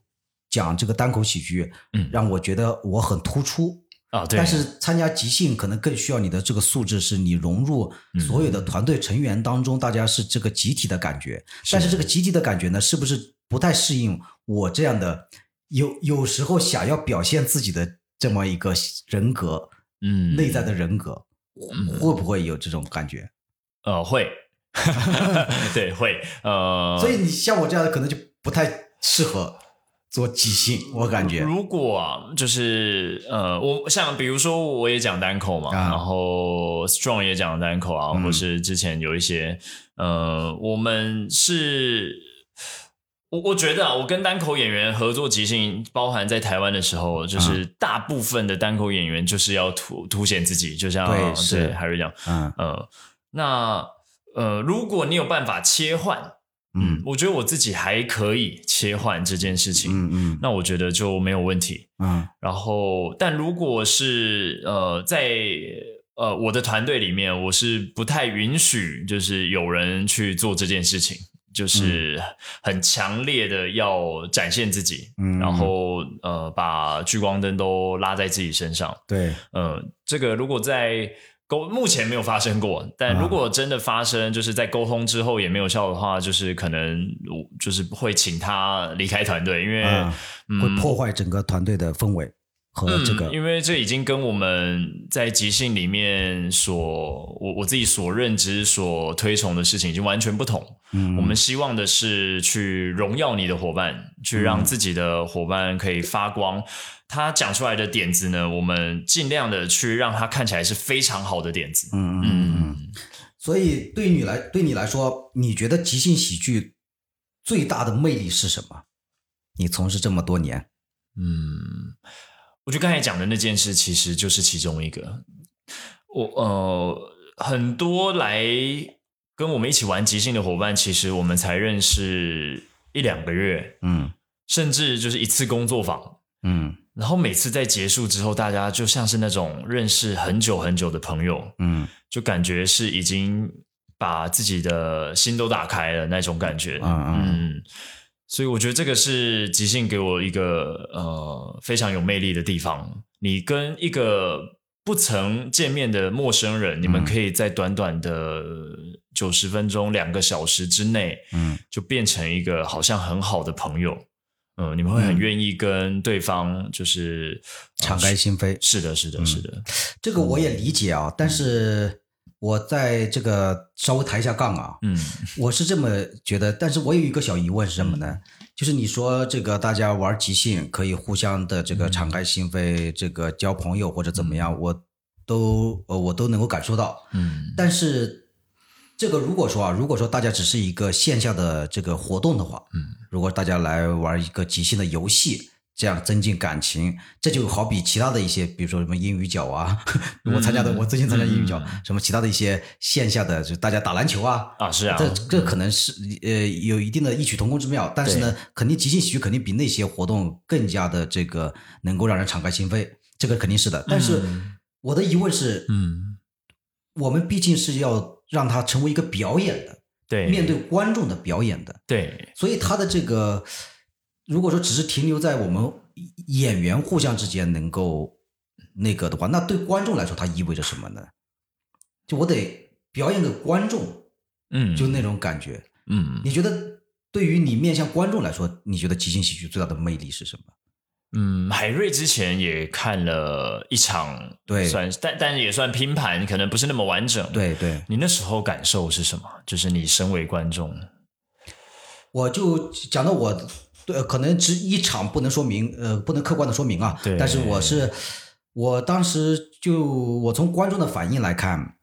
Speaker 1: 讲这个单口喜剧，
Speaker 2: 嗯
Speaker 1: 让我觉得我很突出，
Speaker 2: 啊，对，
Speaker 1: 但是参加即兴可能更需要你的这个素质，是你融入
Speaker 2: 嗯
Speaker 1: 所有的团队成员当中，大家是这个集体的感觉。但是这个集体的感觉呢，是不是不太适应我这样的有有时候想要表现自己的这么一个人格，
Speaker 2: 嗯
Speaker 1: 内在的人格，会不会有这种感觉？
Speaker 2: 呃会， 对会呃，
Speaker 1: 所以你像我这样的，可能就不太适合做即兴，我感觉。
Speaker 2: 如果啊，就是呃，我像比如说，我也讲单口嘛，
Speaker 1: 啊
Speaker 2: 然后 Strong 也讲单口啊，
Speaker 1: 嗯
Speaker 2: 或是之前有一些呃，我们是。我我觉得啊，我跟单口演员合作即兴，包含在台湾的时候，就是
Speaker 1: 啊
Speaker 2: 大部分的单口演员就是要凸凸显自己，就像
Speaker 1: 对是
Speaker 2: 对海瑞讲，
Speaker 1: 嗯
Speaker 2: 呃，那呃，如果你有办法切换，
Speaker 1: 嗯
Speaker 2: 我觉得我自己还可以切换这件事情，
Speaker 1: 嗯嗯
Speaker 2: 那我觉得就没有问题。
Speaker 1: 嗯
Speaker 2: 然后，但如果是呃，在呃我的团队里面，我是不太允许就是有人去做这件事情，就是很强烈的要展现自己，
Speaker 1: 嗯
Speaker 2: 然后呃把聚光灯都拉在自己身上。
Speaker 1: 对，
Speaker 2: 呃，这个如果在沟目前没有发生过，但如果真的发生，就是在沟通之后也没有效的话，就是可能我就是会请他离开团队，因为、
Speaker 1: 啊
Speaker 2: 嗯
Speaker 1: 会破坏整个团队的氛围。和呃这个、
Speaker 2: 嗯，因为这已经跟我们在即兴里面所我我自己所认知、所推崇的事情已经完全不同。嗯，我们希望的是去荣耀你的伙伴，去让自己的伙伴可以发光。他讲出来的点子呢，我们尽量的去让他看起来是非常好的点子。
Speaker 1: 嗯嗯嗯嗯。所以对你来对你来说，你觉得即兴喜剧最大的魅力是什么？你从事这么多年，
Speaker 2: 嗯，我觉得刚才讲的那件事其实就是其中一个。我呃，很多来跟我们一起玩即兴的伙伴，其实我们才认识一两个月，
Speaker 1: 嗯
Speaker 2: 甚至就是一次工作坊。
Speaker 1: 嗯
Speaker 2: 然后每次在结束之后，大家就像是那种认识很久很久的朋友，
Speaker 1: 嗯
Speaker 2: 就感觉是已经把自己的心都打开了那种感觉。
Speaker 1: 嗯嗯，
Speaker 2: 嗯，所以我觉得这个是即兴给我一个呃非常有魅力的地方。你跟一个不曾见面的陌生人，你
Speaker 1: 嗯
Speaker 2: 们可以在短短的九十分钟、两个小时之内，
Speaker 1: 嗯，
Speaker 2: 就变成一个好像很好的朋友。嗯，你们会很愿意跟对方就是呃
Speaker 1: 敞开嗯心扉。
Speaker 2: 是的，是的，是的，
Speaker 1: 这个我也理解啊，但是我在这个稍微抬一下杠啊，
Speaker 2: 嗯
Speaker 1: 我是这么觉得，但是我有一个小疑问是什么
Speaker 2: 嗯
Speaker 1: 呢？就是你说这个大家玩即兴可以互相的这
Speaker 2: 嗯
Speaker 1: 个敞开心扉，这个交朋友或者怎么样，我都呃我都能够感受到。
Speaker 2: 嗯
Speaker 1: 但是这个如果说啊，如果说大家只是一个线下的这个活动的话，
Speaker 2: 嗯，
Speaker 1: 如果大家来玩一个即兴的游戏，这样增进感情，这就好比其他的一些，比如说什么英语角啊， 我参加的，
Speaker 2: 嗯
Speaker 1: 我最近参加英语角，
Speaker 2: 嗯嗯
Speaker 1: 什么其他的一些线下的，就大家打篮球啊，
Speaker 2: 啊，是啊，
Speaker 1: 这这可能是呃有一定的异曲同工之妙，但是呢，肯定即兴喜剧肯定比那些活动更加的这个能够让人敞开心扉，这个肯定是的。但是
Speaker 2: 嗯
Speaker 1: 我的疑问是，
Speaker 2: 嗯，
Speaker 1: 我们毕竟是要让它成为一个表演的，
Speaker 2: 对，
Speaker 1: 面对观众的表演的，
Speaker 2: 对，
Speaker 1: 所以它的这个如果说只是停留在我们演员互相之间能够那个的话，那对观众来说它意味着什么呢？就我得表演给观众，
Speaker 2: 嗯，
Speaker 1: 就那种感觉。
Speaker 2: 嗯
Speaker 1: 你觉得对于你面向观众来说，你觉得即兴喜剧最大的魅力是什么？
Speaker 2: 嗯，海瑞之前也看了一场，
Speaker 1: 对
Speaker 2: 算但但也算拼盘，可能不是那么完整。，
Speaker 1: 对对，
Speaker 2: 你那时候感受是什么？就是你身为观众，
Speaker 1: 我就讲到我，对，可能只一场不能说明，呃，不能客观的说明啊。
Speaker 2: 对
Speaker 1: 但是我是，我当时就我从观众的反应来看，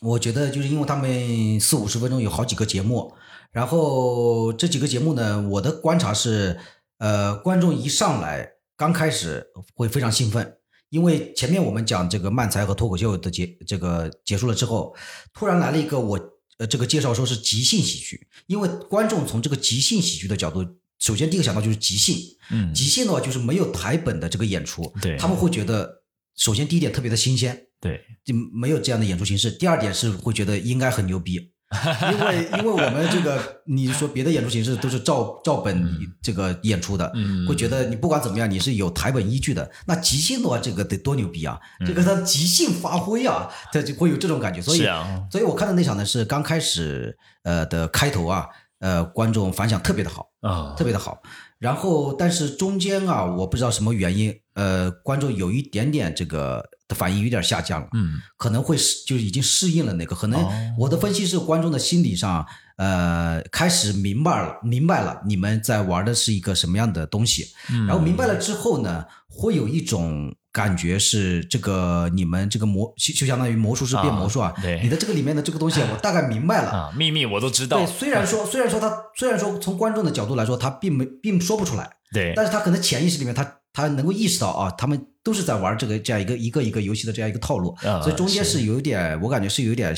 Speaker 1: 我觉得就是因为他们四五十分钟有好几个节目，然后这几个节目呢，我的观察是，呃，观众一上来刚开始会非常兴奋，因为前面我们讲这个漫才和脱口秀的结这个结束了之后，突然来了一个我呃这个介绍说是即兴喜剧，因为观众从这个即兴喜剧的角度，首先第一个想到就是即兴，
Speaker 2: 嗯
Speaker 1: 即兴的话就是没有台本的这个演出，
Speaker 2: 对
Speaker 1: 他们会觉得首先第一点特别的新鲜，
Speaker 2: 对，
Speaker 1: 就没有这样的演出形式。第二点是会觉得应该很牛逼， 因为因为我们这个你说别的演出形式都是照照本这个演出的，
Speaker 2: 嗯
Speaker 1: 会觉得你不管怎么样你是有台本依据的。那即兴的话，这个得多牛逼啊！这个他即兴发挥啊，他就会有这种感觉。所以
Speaker 2: 嗯是，啊，
Speaker 1: 所以我看的那场呢是刚开始呃的开头啊，呃观众反响特别的好。
Speaker 2: 啊，
Speaker 1: 特别的好。然后，但是中间啊，我不知道什么原因，呃，观众有一点点这个的反应有点下降了，
Speaker 2: 嗯
Speaker 1: 可能会适就已经适应了那个，可能
Speaker 2: 哦
Speaker 1: 我的分析是观众的心理上，呃，开始明白了，明白了你们在玩的是一个什么样的东西，
Speaker 2: 嗯，
Speaker 1: 然后明白了之后呢，会有一种感觉是这个你们这个魔就就相当于魔术师变魔术啊，
Speaker 2: 啊对
Speaker 1: 你的这个里面的这个东 西啊我大概明白了，
Speaker 2: 啊，秘密我都知道
Speaker 1: 对，，虽然说虽然说他虽然说从观众的角度来说，他并没并说不出来，
Speaker 2: 对，
Speaker 1: 但是他可能潜意识里面他他能够意识到啊，他们都是在玩这个这样一个一个一个游戏的这样一个套路，
Speaker 2: 啊
Speaker 1: 所以中间是有一点我感觉是有一点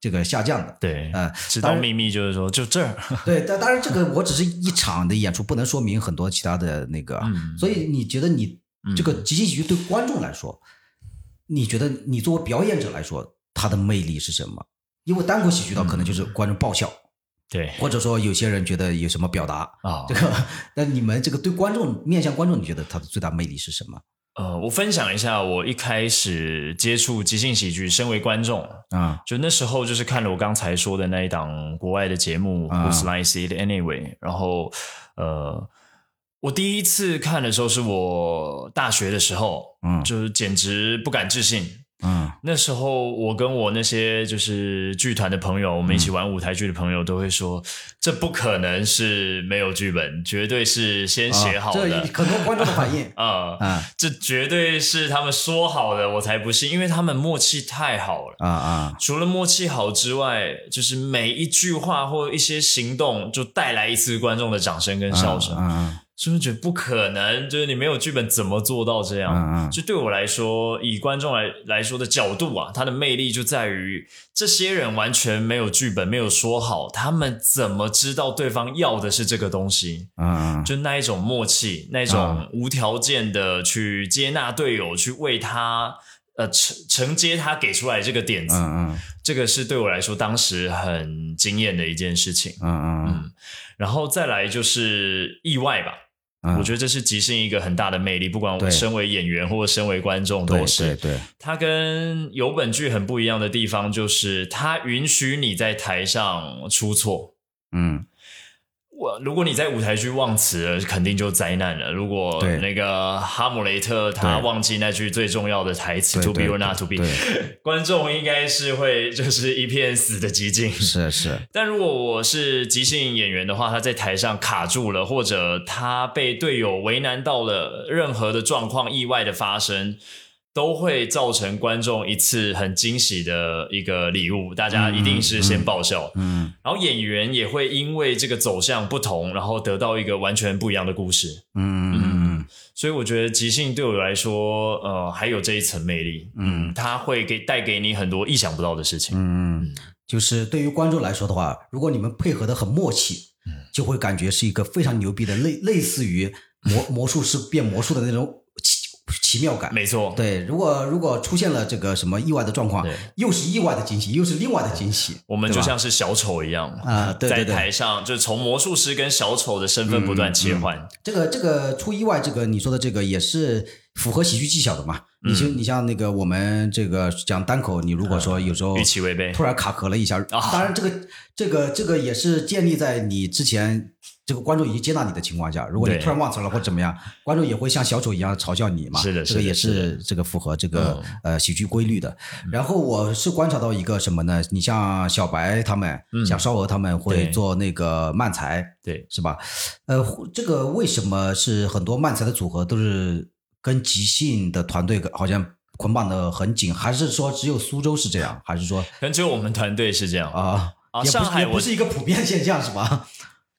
Speaker 1: 这个下降 的。
Speaker 2: 对，
Speaker 1: 呃，
Speaker 2: 知
Speaker 1: 当
Speaker 2: 道
Speaker 1: 然
Speaker 2: 秘密就是说就这儿，
Speaker 1: 对，但当然这个我只是一场的演出，不能说明很多其他的那个啊。
Speaker 2: 嗯
Speaker 1: 所以你觉得你这个即兴喜剧对观众来说，你觉得你作为表演者来说，它的魅力是什么？因为单口喜剧的话可能就是观众爆笑，
Speaker 2: 对
Speaker 1: 或者说有些人觉得有什么表达，
Speaker 2: 啊
Speaker 1: 这，个，那你们这个对观众面向观众，你觉得它的最大魅力是什么？
Speaker 2: 呃，我分享一下我一开始接触即兴喜剧，身为观众，
Speaker 1: 啊，
Speaker 2: 就那时候就是看了我刚才说的那一档国外的节目《
Speaker 1: 啊
Speaker 2: Who's Line It Anyway》，然后呃，我第一次看的时候是我大学的时候，
Speaker 1: 嗯
Speaker 2: 就是简直不敢置信。
Speaker 1: 嗯
Speaker 2: 那时候我跟我那些就是剧团的朋友，我们
Speaker 1: 嗯
Speaker 2: 一起玩舞台剧的朋友都会说，这不可能是没有剧本，绝对是先写好
Speaker 1: 哦啊这
Speaker 2: 的。
Speaker 1: 很多观众的反 应
Speaker 2: 啊、
Speaker 1: 啊
Speaker 2: 这绝对是他们说好的，我才不信，因为他们默契太好了。
Speaker 1: 啊啊
Speaker 2: 除了默契好之外，就是每一句话或一些行动，就带来一次观众的掌声跟笑声。
Speaker 1: 嗯
Speaker 2: 是不是觉得不可能？就是你没有剧本，怎么做到这样？
Speaker 1: 嗯嗯
Speaker 2: 就对我来说，以观众来来说的角度啊，它的魅力就在于这些人完全没有剧本，没有说好，他们怎么知道对方要的是这个东西？
Speaker 1: 嗯
Speaker 2: 就那一种默契，那种
Speaker 1: 啊
Speaker 2: 无条件的去接纳队友，去为他呃承承接他给出来这个点
Speaker 1: 嗯
Speaker 2: 子，
Speaker 1: 嗯
Speaker 2: 这个是对我来说当时很惊艳的一件事情。
Speaker 1: 嗯
Speaker 2: 然后再来就是意外吧，
Speaker 1: 嗯，
Speaker 2: 我觉得这是即兴一个很大的魅力，不管我
Speaker 1: 对
Speaker 2: 身为演员或者身为观众
Speaker 1: 对
Speaker 2: 都
Speaker 1: 对
Speaker 2: 是。
Speaker 1: 对，
Speaker 2: 它跟有本剧很不一样的地方，就是它允许你在台上出错。
Speaker 1: 嗯
Speaker 2: 我如果你在舞台剧忘词了，肯定就灾难了。如果
Speaker 1: 对
Speaker 2: 那个哈姆雷特他
Speaker 1: 对
Speaker 2: 忘记那句最重要的台词
Speaker 1: 对
Speaker 2: “to be
Speaker 1: 对
Speaker 2: or not to be”，
Speaker 1: 对
Speaker 2: 观众应该是会就是一片死的 寂静。
Speaker 1: 是是，
Speaker 2: 但如果我是即兴演员的话，他在台上卡住了，或者他被队友为难到了，任何的状况意外的发生，都会造成观众一次很惊喜的一个礼物，大家一定是先爆笑。
Speaker 1: 嗯
Speaker 2: 然后演员也会因为这个走向不同，然后得到一个完全不一样的故事。
Speaker 1: 嗯嗯
Speaker 2: 所以我觉得即兴对我来说，呃，还有这一层魅力，嗯，它会给带给你很多意想不到的事情。
Speaker 1: 嗯，就是对于观众来说的话，如果你们配合的很默契，
Speaker 2: 嗯
Speaker 1: 就会感觉是一个非常牛逼的，类类似于 魔魔术师变魔术的那种奇奇妙感。
Speaker 2: 没错，
Speaker 1: 对，如果如果出现了这个什么意外的状况
Speaker 2: 对，
Speaker 1: 又是意外的惊喜，又是另外的惊喜。
Speaker 2: 我们
Speaker 1: 对
Speaker 2: 就
Speaker 1: 吧
Speaker 2: 像是小丑一样
Speaker 1: 啊对对
Speaker 2: 在
Speaker 1: 对
Speaker 2: 台上就从魔术师跟小丑的身份不断切换。
Speaker 1: 这个这个出意外，这个你说的这个也是符合喜剧技巧的嘛？你就
Speaker 2: 嗯
Speaker 1: 你像那个我们这个讲单口，你如果说有时候
Speaker 2: 预期违背
Speaker 1: 突然卡壳了一下，
Speaker 2: 哎啊
Speaker 1: 当然这个这个这个也是建立在你之前这个观众已经接纳你的情况下，如果你
Speaker 2: 对
Speaker 1: 突然忘词了或者怎么样，观众也会像小丑一样嘲笑你嘛。
Speaker 2: 是的
Speaker 1: 这个
Speaker 2: 是的嗯
Speaker 1: 也
Speaker 2: 是
Speaker 1: 是这个符合这个呃喜剧规律的。然后我是观察到一个什么呢？你像小白他们，像烧鹅他们会
Speaker 2: 嗯对
Speaker 1: 做那个慢才。
Speaker 2: 对，
Speaker 1: 是吧？呃，这个为什么是很多漫才的组合都是跟即兴的团队好像捆绑的很紧？还是说只有苏州是这样？还是说
Speaker 2: 可能只有我们团队是这样。
Speaker 1: 啊、也
Speaker 2: 啊
Speaker 1: 不是
Speaker 2: 上海
Speaker 1: 也不
Speaker 2: 我
Speaker 1: 是一个普遍现象是吧？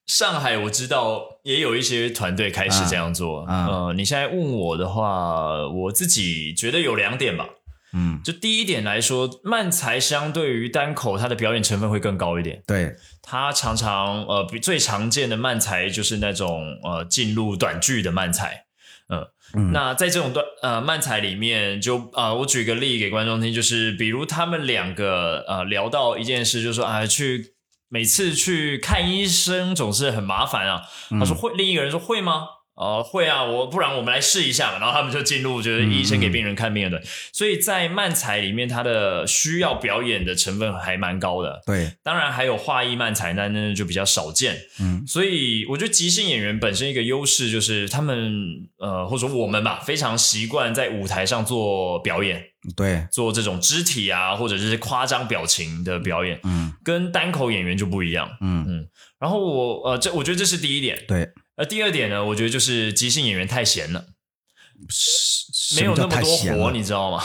Speaker 2: 上海我知道也有一些团队开始这样做。
Speaker 1: 啊啊
Speaker 2: 呃，你现在问我的话，我自己觉得有两点吧。
Speaker 1: 嗯，
Speaker 2: 就第一点来说，慢才相对于单口，它的表演成分会更高一点。
Speaker 1: 对，
Speaker 2: 它常常呃，比最常见的慢才就是那种呃进入短剧的慢才。呃
Speaker 1: 嗯，
Speaker 2: 那在这种段呃漫才里面就，啊，我举个例给观众听，就是比如他们两个呃聊到一件事，就说啊去每次去看医生总是很麻烦啊。他说会，另一个人说会吗？呃，会啊，我不然我们来试一下嘛。然后他们就进入就是医生给病人看病的，所以在漫才里面，它的需要表演的成分还蛮高的。
Speaker 1: 对，
Speaker 2: 当然还有画意漫才，那那就比较少见。
Speaker 1: 嗯
Speaker 2: 所以我觉得即兴演员本身一个优势就是他们呃，或者我们吧，非常习惯在舞台上做表演，
Speaker 1: 对，
Speaker 2: 做这种肢体啊，或者是夸张表情的表演，
Speaker 1: 嗯
Speaker 2: 跟单口演员就不一样。
Speaker 1: 嗯，
Speaker 2: 然后我呃，这我觉得这是第一点。
Speaker 1: 对，
Speaker 2: 呃，第二点呢，我觉得就是即兴演员太闲了，
Speaker 1: 什
Speaker 2: 没有
Speaker 1: 叫
Speaker 2: 那么
Speaker 1: 太
Speaker 2: 多
Speaker 1: 闲
Speaker 2: 活，
Speaker 1: 了啊
Speaker 2: 你 知道吗？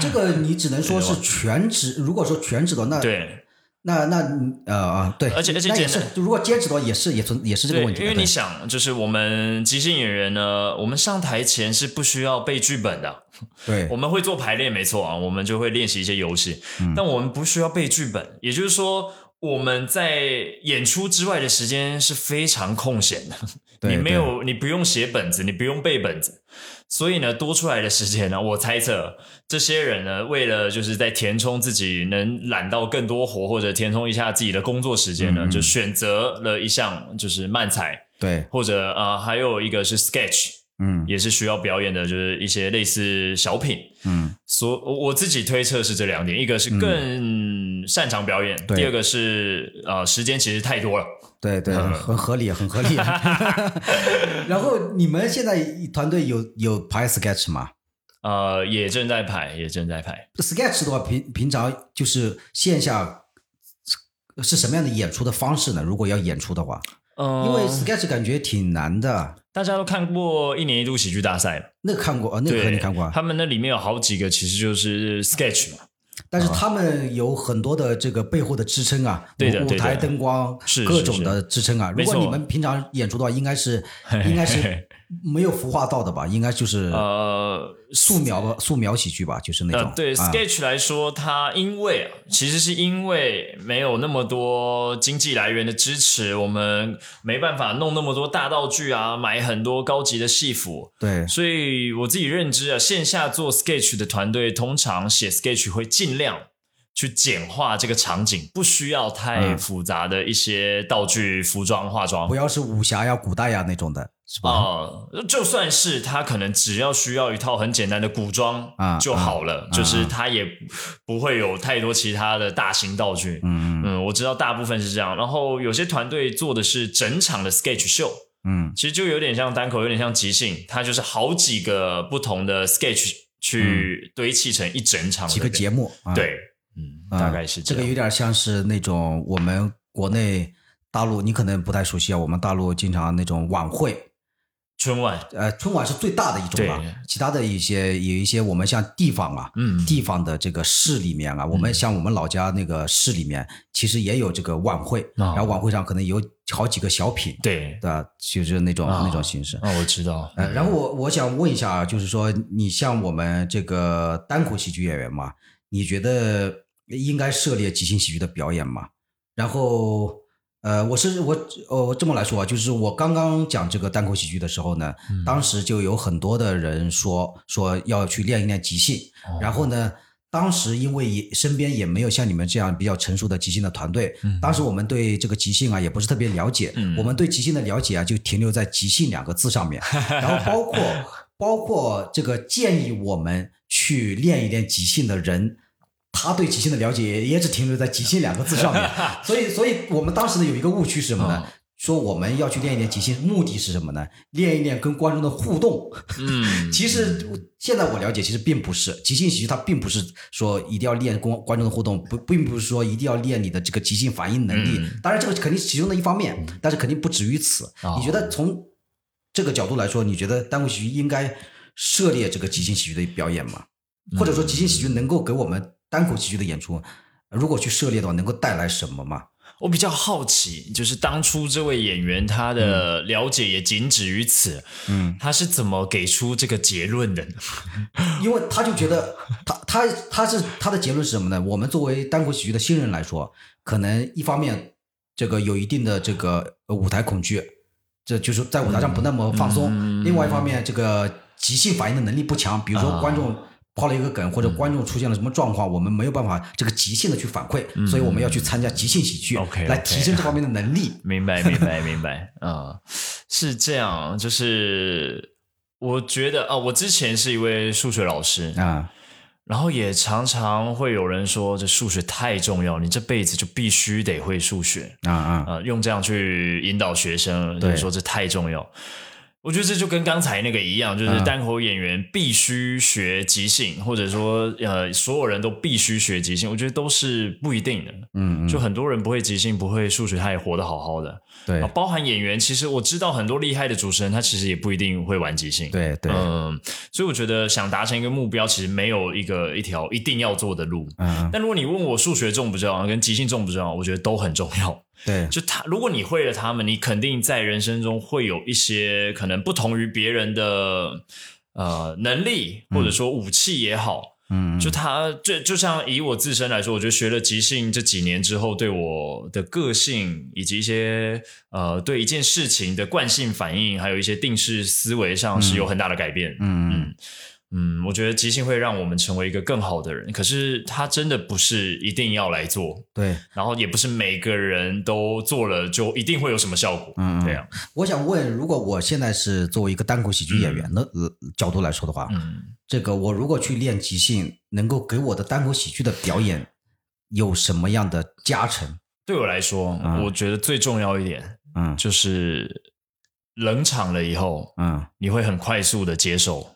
Speaker 1: 这个你只能说是全职。如果说全职的，那
Speaker 2: 对
Speaker 1: 那那呃啊，对，
Speaker 2: 而且而且
Speaker 1: 那也
Speaker 2: 简
Speaker 1: 是
Speaker 2: 单，
Speaker 1: 如果兼职的也是也存也是这
Speaker 2: 对
Speaker 1: 个问，题的，
Speaker 2: 因为你
Speaker 1: 对
Speaker 2: 想，就是我们即兴演员呢，我们上台前是不需要背剧本的。
Speaker 1: 对
Speaker 2: 我们会做排练，没错啊，我们就会练习一些游戏，
Speaker 1: 嗯
Speaker 2: 但我们不需要背剧本，也就是说。我们在演出之外的时间是非常空闲的，
Speaker 1: 对
Speaker 2: 你没
Speaker 1: 对
Speaker 2: 有，你不用写本子，你不用背本子，所以呢，多出来的时间呢，我猜测这些人呢，为了就是在填充自己能揽到更多活，或者填充一下自己的工作时间呢，
Speaker 1: 嗯嗯
Speaker 2: 就选择了一项就是漫才，
Speaker 1: 对，
Speaker 2: 或者呃，还有一个是 sketch，
Speaker 1: 嗯
Speaker 2: 也是需要表演的，就是一些类似小品，
Speaker 1: 嗯
Speaker 2: 所我我自己推测是这两点，一个是更擅长表演，
Speaker 1: 对
Speaker 2: 第二个是呃时间其实太多了，
Speaker 1: 对 对，很合理，很合理。 然后你们现在团队有有排 sketch 吗
Speaker 2: 呃，也正在排，也正在排。
Speaker 1: ？sketch 的话，平平常就是线下是什么样的演出的方式呢？如果要演出的话，
Speaker 2: 嗯、
Speaker 1: 因为 sketch 感觉挺难的。
Speaker 2: 大家都看过一年一度喜剧大赛嘛，
Speaker 1: 那个看过啊，那个可
Speaker 2: 对，
Speaker 1: 能看过啊。
Speaker 2: 他们那里面有好几个，其实就是 sketch 嘛，
Speaker 1: 但是他们有很多的这个背后的支撑啊，
Speaker 2: 啊对的
Speaker 1: 舞
Speaker 2: 对的
Speaker 1: 台灯光
Speaker 2: 是
Speaker 1: 各
Speaker 2: 是
Speaker 1: 种
Speaker 2: 是
Speaker 1: 的支撑啊。如
Speaker 2: 没
Speaker 1: 果
Speaker 2: 错
Speaker 1: 你们平常演出的话，应该是
Speaker 2: 嘿嘿
Speaker 1: 应该是
Speaker 2: 嘿
Speaker 1: 没有孵化到的吧？应该就是
Speaker 2: 呃，
Speaker 1: 素描吧，素描喜剧吧，就是嗯那种
Speaker 2: 呃，对
Speaker 1: 啊
Speaker 2: sketch 来说，它因为啊，其实是因为没有那么多经济来源的支持，我们没办法弄那么多大道具啊，买很多高级的戏服，
Speaker 1: 对
Speaker 2: 所以我自己认知啊，线下做 sketch 的团队通常写 sketch 会尽量去简化这个场景，不需要太
Speaker 1: 嗯
Speaker 2: 复杂的一些道具、服装、化妆
Speaker 1: 不。要是武侠呀、古代呀那种的，是吧？
Speaker 2: 啊、就算是他可能只要需要一套很简单的古装
Speaker 1: 啊
Speaker 2: 就好了，
Speaker 1: 啊
Speaker 2: 就是他也不会有太多其他的大型道具。
Speaker 1: 嗯嗯
Speaker 2: 嗯，我知道大部分是这样，然后有些团队做的是整场的 sketch 秀，
Speaker 1: 嗯
Speaker 2: 其实就有点像单口，有点像即兴，它就是好几个不同的 sketch 去堆砌成一整场
Speaker 1: 嗯
Speaker 2: 的
Speaker 1: 几个
Speaker 2: 表
Speaker 1: 节目，啊
Speaker 2: 演。，对，嗯，
Speaker 1: 啊
Speaker 2: 大概是
Speaker 1: 这
Speaker 2: 这
Speaker 1: 个
Speaker 2: 样。
Speaker 1: 有点像是那种我们国内大陆，你可能不太熟悉啊，我们大陆经常那种晚会，
Speaker 2: 春晚，
Speaker 1: 呃，春晚是最大的一种吧
Speaker 2: 对，
Speaker 1: 其他的一些有一些我们像地方啊，
Speaker 2: 嗯，
Speaker 1: 地方的这个市里面啊，我们像我们老家那个市里面，其实也有这个晚会，
Speaker 2: 啊
Speaker 1: 然后晚会上可能有好几个小品，
Speaker 2: 对，
Speaker 1: 对吧？就是那种
Speaker 2: 啊
Speaker 1: 那种形式。
Speaker 2: 啊，我知道，
Speaker 1: 呃，然后我我想问一下啊，就是说你像我们这个单口喜剧演员嘛，你觉得应该涉猎即兴喜剧的表演吗？然后呃，我是我呃这么来说啊，就是我刚刚讲这个单口喜剧的时候呢，
Speaker 2: 嗯
Speaker 1: 当时就有很多的人说说要去练一练即兴，
Speaker 2: 哦
Speaker 1: 然后呢。当时因为也身边也没有像你们这样比较成熟的即兴的团队，
Speaker 2: 嗯
Speaker 1: 当时我们对这个即兴啊也不是特别了解，
Speaker 2: 嗯
Speaker 1: 我们对即兴的了解啊就停留在即兴两个字上面，然后包括包括这个建议我们去练一练即兴的人，他对即兴的了解也也只停留在即兴两个字上面，所以所以我们当时呢有一个误区是什么呢？
Speaker 2: 嗯
Speaker 1: 说我们要去练一练即兴，目的是什么呢？练一练跟观众的互动。
Speaker 2: 嗯，
Speaker 1: 其实现在我了解，其实并不是即兴喜剧，它并不是说一定要练观观众的互动，不，并不是说一定要练你的这个即兴反应能力。
Speaker 2: 嗯
Speaker 1: 当然，这个肯定是其中的一方面，但是肯定不止于此。
Speaker 2: 哦
Speaker 1: 你觉得从这个角度来说，你觉得单口喜剧应该涉猎这个即兴喜剧的表演吗？或者说，即兴喜剧能够给我们单口喜剧的演出，如果去涉猎的话，能够带来什么吗？
Speaker 2: 我比较好奇，就是当初这位演员他的了解也仅止于此，
Speaker 1: 嗯，
Speaker 2: 他是怎么给出这个结论的呢？
Speaker 1: 因为他就觉得他他他是他的结论是什么呢？我们作为单口喜剧的新人来说，可能一方面这个有一定的这个呃舞台恐惧，这就是在舞台上不那么放松；
Speaker 2: 嗯嗯
Speaker 1: 另外一方面，这个即兴反应的能力不强，比如说
Speaker 2: 啊嗯
Speaker 1: 观众。抛了一个梗，或者观众出现了什么状况，我们没有办法这个即兴的去反馈，所以我们要去参加即兴喜剧，
Speaker 2: 嗯 OK，OK
Speaker 1: 来提升这方面的能 力。
Speaker 2: 明白，明白，明白。啊、是这样，就是我觉得啊、我之前是一位数学老师，
Speaker 1: 啊，
Speaker 2: 然后也常常会有人说，这数学太重要，你这辈子就必须得会数学
Speaker 1: 啊啊，
Speaker 2: 啊、用这样去引导学生，
Speaker 1: 对
Speaker 2: 就是说这太重要。我觉得这就跟刚才那个一样，就是
Speaker 1: 嗯
Speaker 2: 单口演员必须学即兴，或者说呃，所有人都必须学即兴，我觉得都是不一定的。
Speaker 1: 嗯，嗯
Speaker 2: 就很多人不会即兴，不会数学，他也活得好好的。
Speaker 1: 对
Speaker 2: 啊，包含演员，其实我知道很多厉害的主持人，他其实也不一定会玩即兴。，
Speaker 1: 对对，
Speaker 2: 嗯，所以我觉得想达成一个目标，其实没有一个一条一定要做的路。
Speaker 1: 嗯，
Speaker 2: 但如果你问我数学重不重要，跟即兴重不重要，我觉得都很重要。
Speaker 1: 对，
Speaker 2: 就他，如果你会了他们，你肯定在人生中会有一些可能不同于别人的呃能力，或者说武器也好。
Speaker 1: 嗯，
Speaker 2: 就他，就就像以我自身来说，我觉得学了即兴这几年之后，对我的个性以及一些呃对一件事情的惯性反应，还有一些定式思维上是有很大的改变。
Speaker 1: 嗯嗯
Speaker 2: 嗯嗯，我觉得即兴会让我们成为一个更好的人，可是他真的不是一定要来做，
Speaker 1: 对，
Speaker 2: 然后也不是每个人都做了就一定会有什么效果。
Speaker 1: 嗯嗯
Speaker 2: 这样，
Speaker 1: 我想问，如果我现在是作为一个单口喜剧演员的、呃角度来说的话，
Speaker 2: 嗯，
Speaker 1: 这个我如果去练即兴，能够给我的单口喜剧的表演有什么样的加成？
Speaker 2: 对我来说，
Speaker 1: 嗯
Speaker 2: 我觉得最重要一点
Speaker 1: 嗯
Speaker 2: 就是冷场了以后，
Speaker 1: 嗯，
Speaker 2: 你会很快速的接受。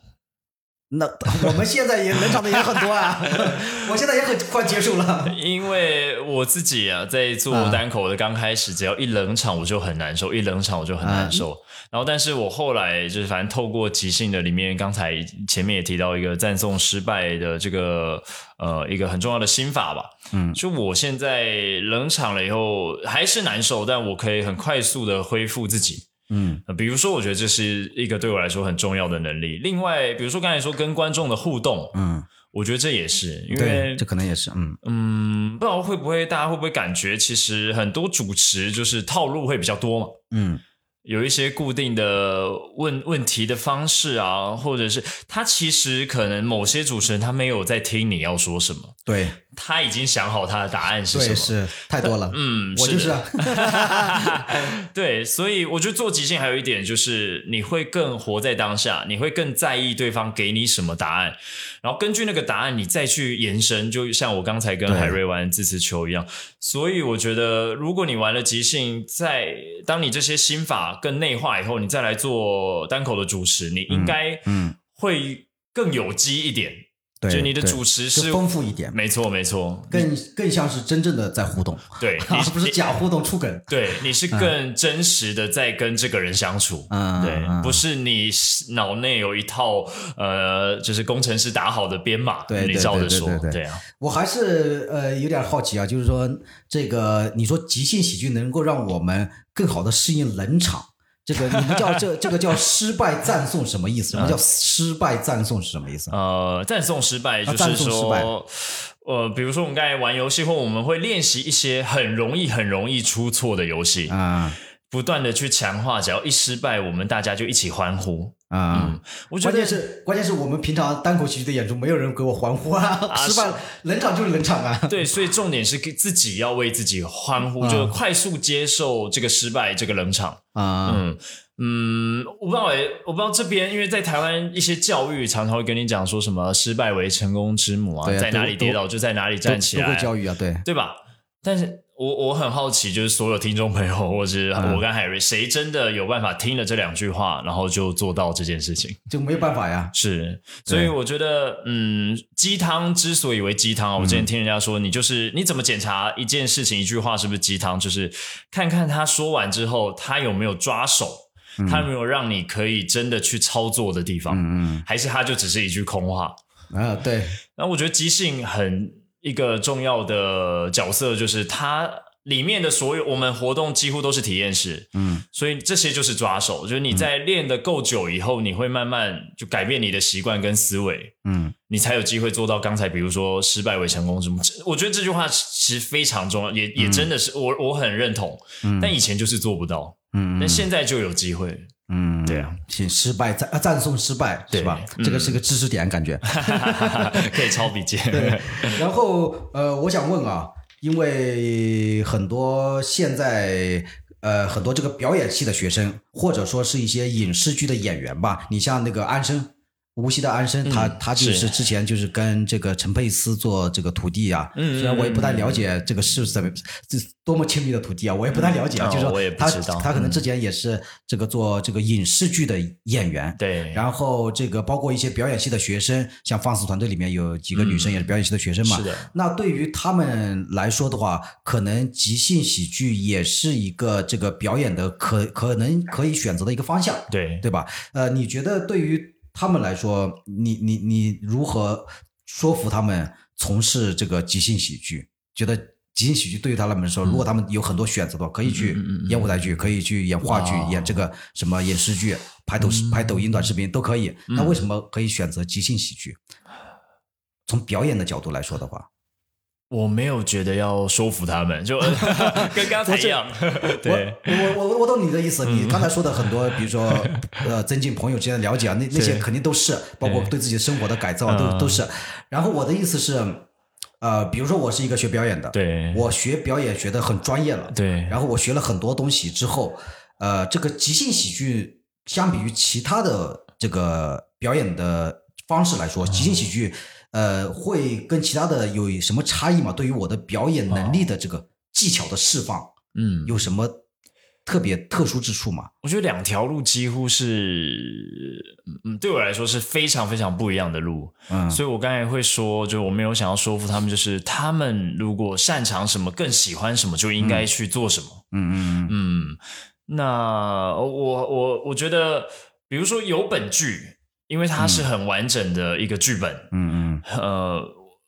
Speaker 1: 那我们现在也冷场的也很多啊， 我现在也很快结束了。
Speaker 2: 因为我自己啊，在
Speaker 1: 嗯
Speaker 2: 做单口的刚开始，只要一冷场我就很难受，一冷场我就很难
Speaker 1: 嗯
Speaker 2: 受。然后，但是我后来就是，反正透过即兴的里面，刚才前面也提到一个赞颂失败的这个呃一个很重要的心法吧。
Speaker 1: 嗯
Speaker 2: 就我现在冷场了以后还是难受，但我可以很快速的恢复自己。
Speaker 1: 嗯
Speaker 2: 呃比如说，我觉得这是一个对我来说很重要的能力。另外，比如说刚才说跟观众的互动，
Speaker 1: 嗯，
Speaker 2: 我觉得这也是因为
Speaker 1: 对，这可能也是嗯
Speaker 2: 嗯，不知道会不会大家会不会感觉，其实很多主持就是套路会比较多嘛，
Speaker 1: 嗯
Speaker 2: 有一些固定的问问题的方式啊，或者是他其实可能某些主持人他没有在听你要说什么，
Speaker 1: 对
Speaker 2: 他已经想好他的答案是什
Speaker 1: 对
Speaker 2: 么。
Speaker 1: 是太多了，
Speaker 2: 嗯，
Speaker 1: 我
Speaker 2: 是
Speaker 1: 就是
Speaker 2: 的
Speaker 1: 啊
Speaker 2: 对，所以我觉得做即兴还有一点就是，你会更活在当下，你会更在意对方给你什么答案，然后根据那个答案，你再去延伸。就像我刚才跟
Speaker 1: 对
Speaker 2: 海瑞玩自词球一样，所以我觉得，如果你玩了即兴，在当你这些心法更内化以后，你再来做单口的主持，你应该
Speaker 1: 嗯
Speaker 2: 会更有机一点。
Speaker 1: 对，
Speaker 2: 就你的
Speaker 1: 对
Speaker 2: 主持嗯
Speaker 1: 就是丰富一点，
Speaker 2: 没错，没错，
Speaker 1: 更更像是真正的在 互动，
Speaker 2: 对，
Speaker 1: 而
Speaker 2: 你
Speaker 1: 啊不是假互动出 梗。
Speaker 2: 对，你是更真实的在跟这个人相处。
Speaker 1: 嗯
Speaker 2: 对，
Speaker 1: 嗯
Speaker 2: 不是你脑内有一套呃，就是工程师打好的编码，
Speaker 1: 对
Speaker 2: 你
Speaker 1: 对
Speaker 2: 照
Speaker 1: 对
Speaker 2: 着
Speaker 1: 对
Speaker 2: 说，
Speaker 1: 对对
Speaker 2: 啊，
Speaker 1: 我还是呃有点好奇啊，就是说这个你说即兴喜剧能够让我们更好的适应冷场，这个你们叫这这个叫失败赞颂什么意
Speaker 2: 嗯
Speaker 1: 思？什么叫失败赞颂是什么意思？
Speaker 2: 呃，赞颂失败就
Speaker 1: 啊赞
Speaker 2: 是
Speaker 1: 颂失
Speaker 2: 说，呃，比如说我们刚才玩游戏，或我们会练习一些很容易、很容易出错的游戏，
Speaker 1: 啊
Speaker 2: 不断的去强化，只要一失败，我们大家就一起欢呼。嗯
Speaker 1: 啊！
Speaker 2: 我觉
Speaker 1: 关
Speaker 2: 得
Speaker 1: 键是关键是我们平常单口喜剧的演出，没有人给我欢呼啊，失败冷场就是冷场啊。
Speaker 2: 对，所以重点是给自己要为自己欢
Speaker 1: 嗯
Speaker 2: 呼，就是快速接受这个失败、这个冷场。
Speaker 1: 啊，
Speaker 2: 嗯嗯，我不知道诶、我不知道这边，因为在台湾一些教育常常会跟你讲说什么“失败为成功之母”啊，
Speaker 1: 对啊
Speaker 2: 在哪里
Speaker 1: 都
Speaker 2: 跌倒就在哪里
Speaker 1: 都
Speaker 2: 站起
Speaker 1: 都
Speaker 2: 来
Speaker 1: 会
Speaker 2: 啊，
Speaker 1: 教育啊，对，
Speaker 2: 对吧？但是我我很好奇，就是所有听众朋友，或者是
Speaker 1: 嗯
Speaker 2: 我跟海瑞，谁真的有办法听了这两句话，然后就做到这件事情？
Speaker 1: 就没有办法呀。
Speaker 2: 是，所以
Speaker 1: 对
Speaker 2: 我觉得，嗯，鸡汤之所以为鸡汤啊，
Speaker 1: 嗯
Speaker 2: 我之前听人家说，你就是你怎么检查一件事情一句话是不是鸡汤，就是看看他说完之后，他有没有抓手，他有没有让你可以真的去操作的地方，
Speaker 1: 嗯
Speaker 2: 还是他就只是一句空话。
Speaker 1: 嗯啊，对，
Speaker 2: 那我觉得即兴很一个重要的角色，就是它里面的所有我们活动几乎都是体验式，
Speaker 1: 嗯
Speaker 2: 所以这些就是抓手，就是你在练的够久以后，你会慢慢就改变你的习惯跟思维，
Speaker 1: 嗯
Speaker 2: 你才有机会做到刚才，比如说失败为成功之母。这我觉得这句话其实非常重要，也也真的是、我我很认同，
Speaker 1: 嗯
Speaker 2: 但以前就是做不到，
Speaker 1: 嗯，
Speaker 2: 但现在就有机会。
Speaker 1: 嗯，
Speaker 2: 对啊，
Speaker 1: 行，失败赞啊赞颂失败
Speaker 2: 对
Speaker 1: 是吧？
Speaker 2: 嗯
Speaker 1: 这个是个知识点感觉。
Speaker 2: 可以抄笔记，
Speaker 1: 然后呃，我想问啊，因为很多现在。呃，很多这个表演系的学生，或者说是一些影视剧的演员吧，你像那个安生，无锡的安生，他
Speaker 2: 嗯
Speaker 1: 他就是是之前就是跟这个陈佩斯做这个徒弟啊，
Speaker 2: 嗯
Speaker 1: 虽然我也不太了解这个是怎么这多么亲密的徒弟啊，我也不太了解啊，
Speaker 2: 嗯
Speaker 1: 就是
Speaker 2: 哦我也
Speaker 1: 说
Speaker 2: 不
Speaker 1: 他
Speaker 2: 知道
Speaker 1: 他可能
Speaker 2: 嗯
Speaker 1: 之前也是这个做这个影视剧的演员，
Speaker 2: 对，
Speaker 1: 然后这个包括一些表演系的学生，像放肆团队里面有几个女生也是表演系的学生嘛。
Speaker 2: 是的，
Speaker 1: 那对于他们来说的话，可能即兴喜剧也是一个这个表演的可可能可以选择的一个方向，
Speaker 2: 对。
Speaker 1: 对吧？呃，你觉得对于他们来说，你你你如何说服他们从事这个即兴喜剧？觉得即兴喜剧对于他们来说，如果他们有很多选择的话，可以去
Speaker 2: 嗯嗯嗯嗯哦
Speaker 1: 演舞台剧，可以去演话剧
Speaker 2: 哇，
Speaker 1: 演这个什么演视剧、拍抖
Speaker 2: 嗯
Speaker 1: 拍抖音短视频都可以。那为什么可以选择即兴喜剧？从表演的角度来说的话，
Speaker 2: 我没有觉得要说服他们，就 跟刚才一样。 对，嗯
Speaker 1: 我我我我懂你的意思。你刚才说的很多，比如说呃，增进朋友之间的了解啊，那那些
Speaker 2: 对
Speaker 1: 肯定都是，包括
Speaker 2: 对
Speaker 1: 对自己生活的改造啊
Speaker 2: 嗯
Speaker 1: 都都是。然后我的意思是，呃，比如说我是一个学表演的，
Speaker 2: 对，
Speaker 1: 我学表演学的很专业了，
Speaker 2: 对，
Speaker 1: 然后我学了很多东西之后，呃，这个即兴喜剧相比于其他的这个表演的方式来说，即兴喜剧呃会跟其他的有什么差异吗？对于我的表演能力的这个技巧的释放
Speaker 2: 嗯，
Speaker 1: 有什么特别特殊之处吗？
Speaker 2: 我觉得两条路几乎是，嗯嗯，对我来说是非常非常不一样的路，
Speaker 1: 嗯
Speaker 2: 所以我刚才会说，就我没有想要说服他们，就是他们如果擅长什么，更喜欢什么，就应该去做什么。
Speaker 1: 嗯嗯
Speaker 2: 嗯，那我我我觉得，比如说有本剧，因为它是很完整的一个剧本，
Speaker 1: 嗯
Speaker 2: 呃，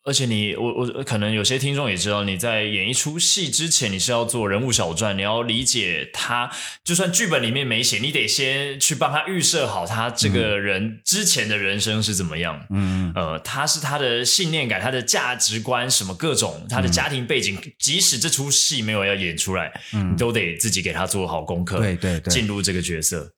Speaker 2: 而且你我我可能有些听众也知道，你在演一出戏之前，你是要做人物小传，你要理解他，就算剧本里面没写，你得先去帮他预设好他这个人之前的人生是怎么样。
Speaker 1: 嗯嗯嗯
Speaker 2: 呃，他是他的信念感、他的价值观什么各种，他的
Speaker 1: 嗯
Speaker 2: 家庭背景，即使这出戏没有要演出来，你
Speaker 1: 嗯，
Speaker 2: 都得自己给他做好功课，
Speaker 1: 对对对，
Speaker 2: 进入这个角色。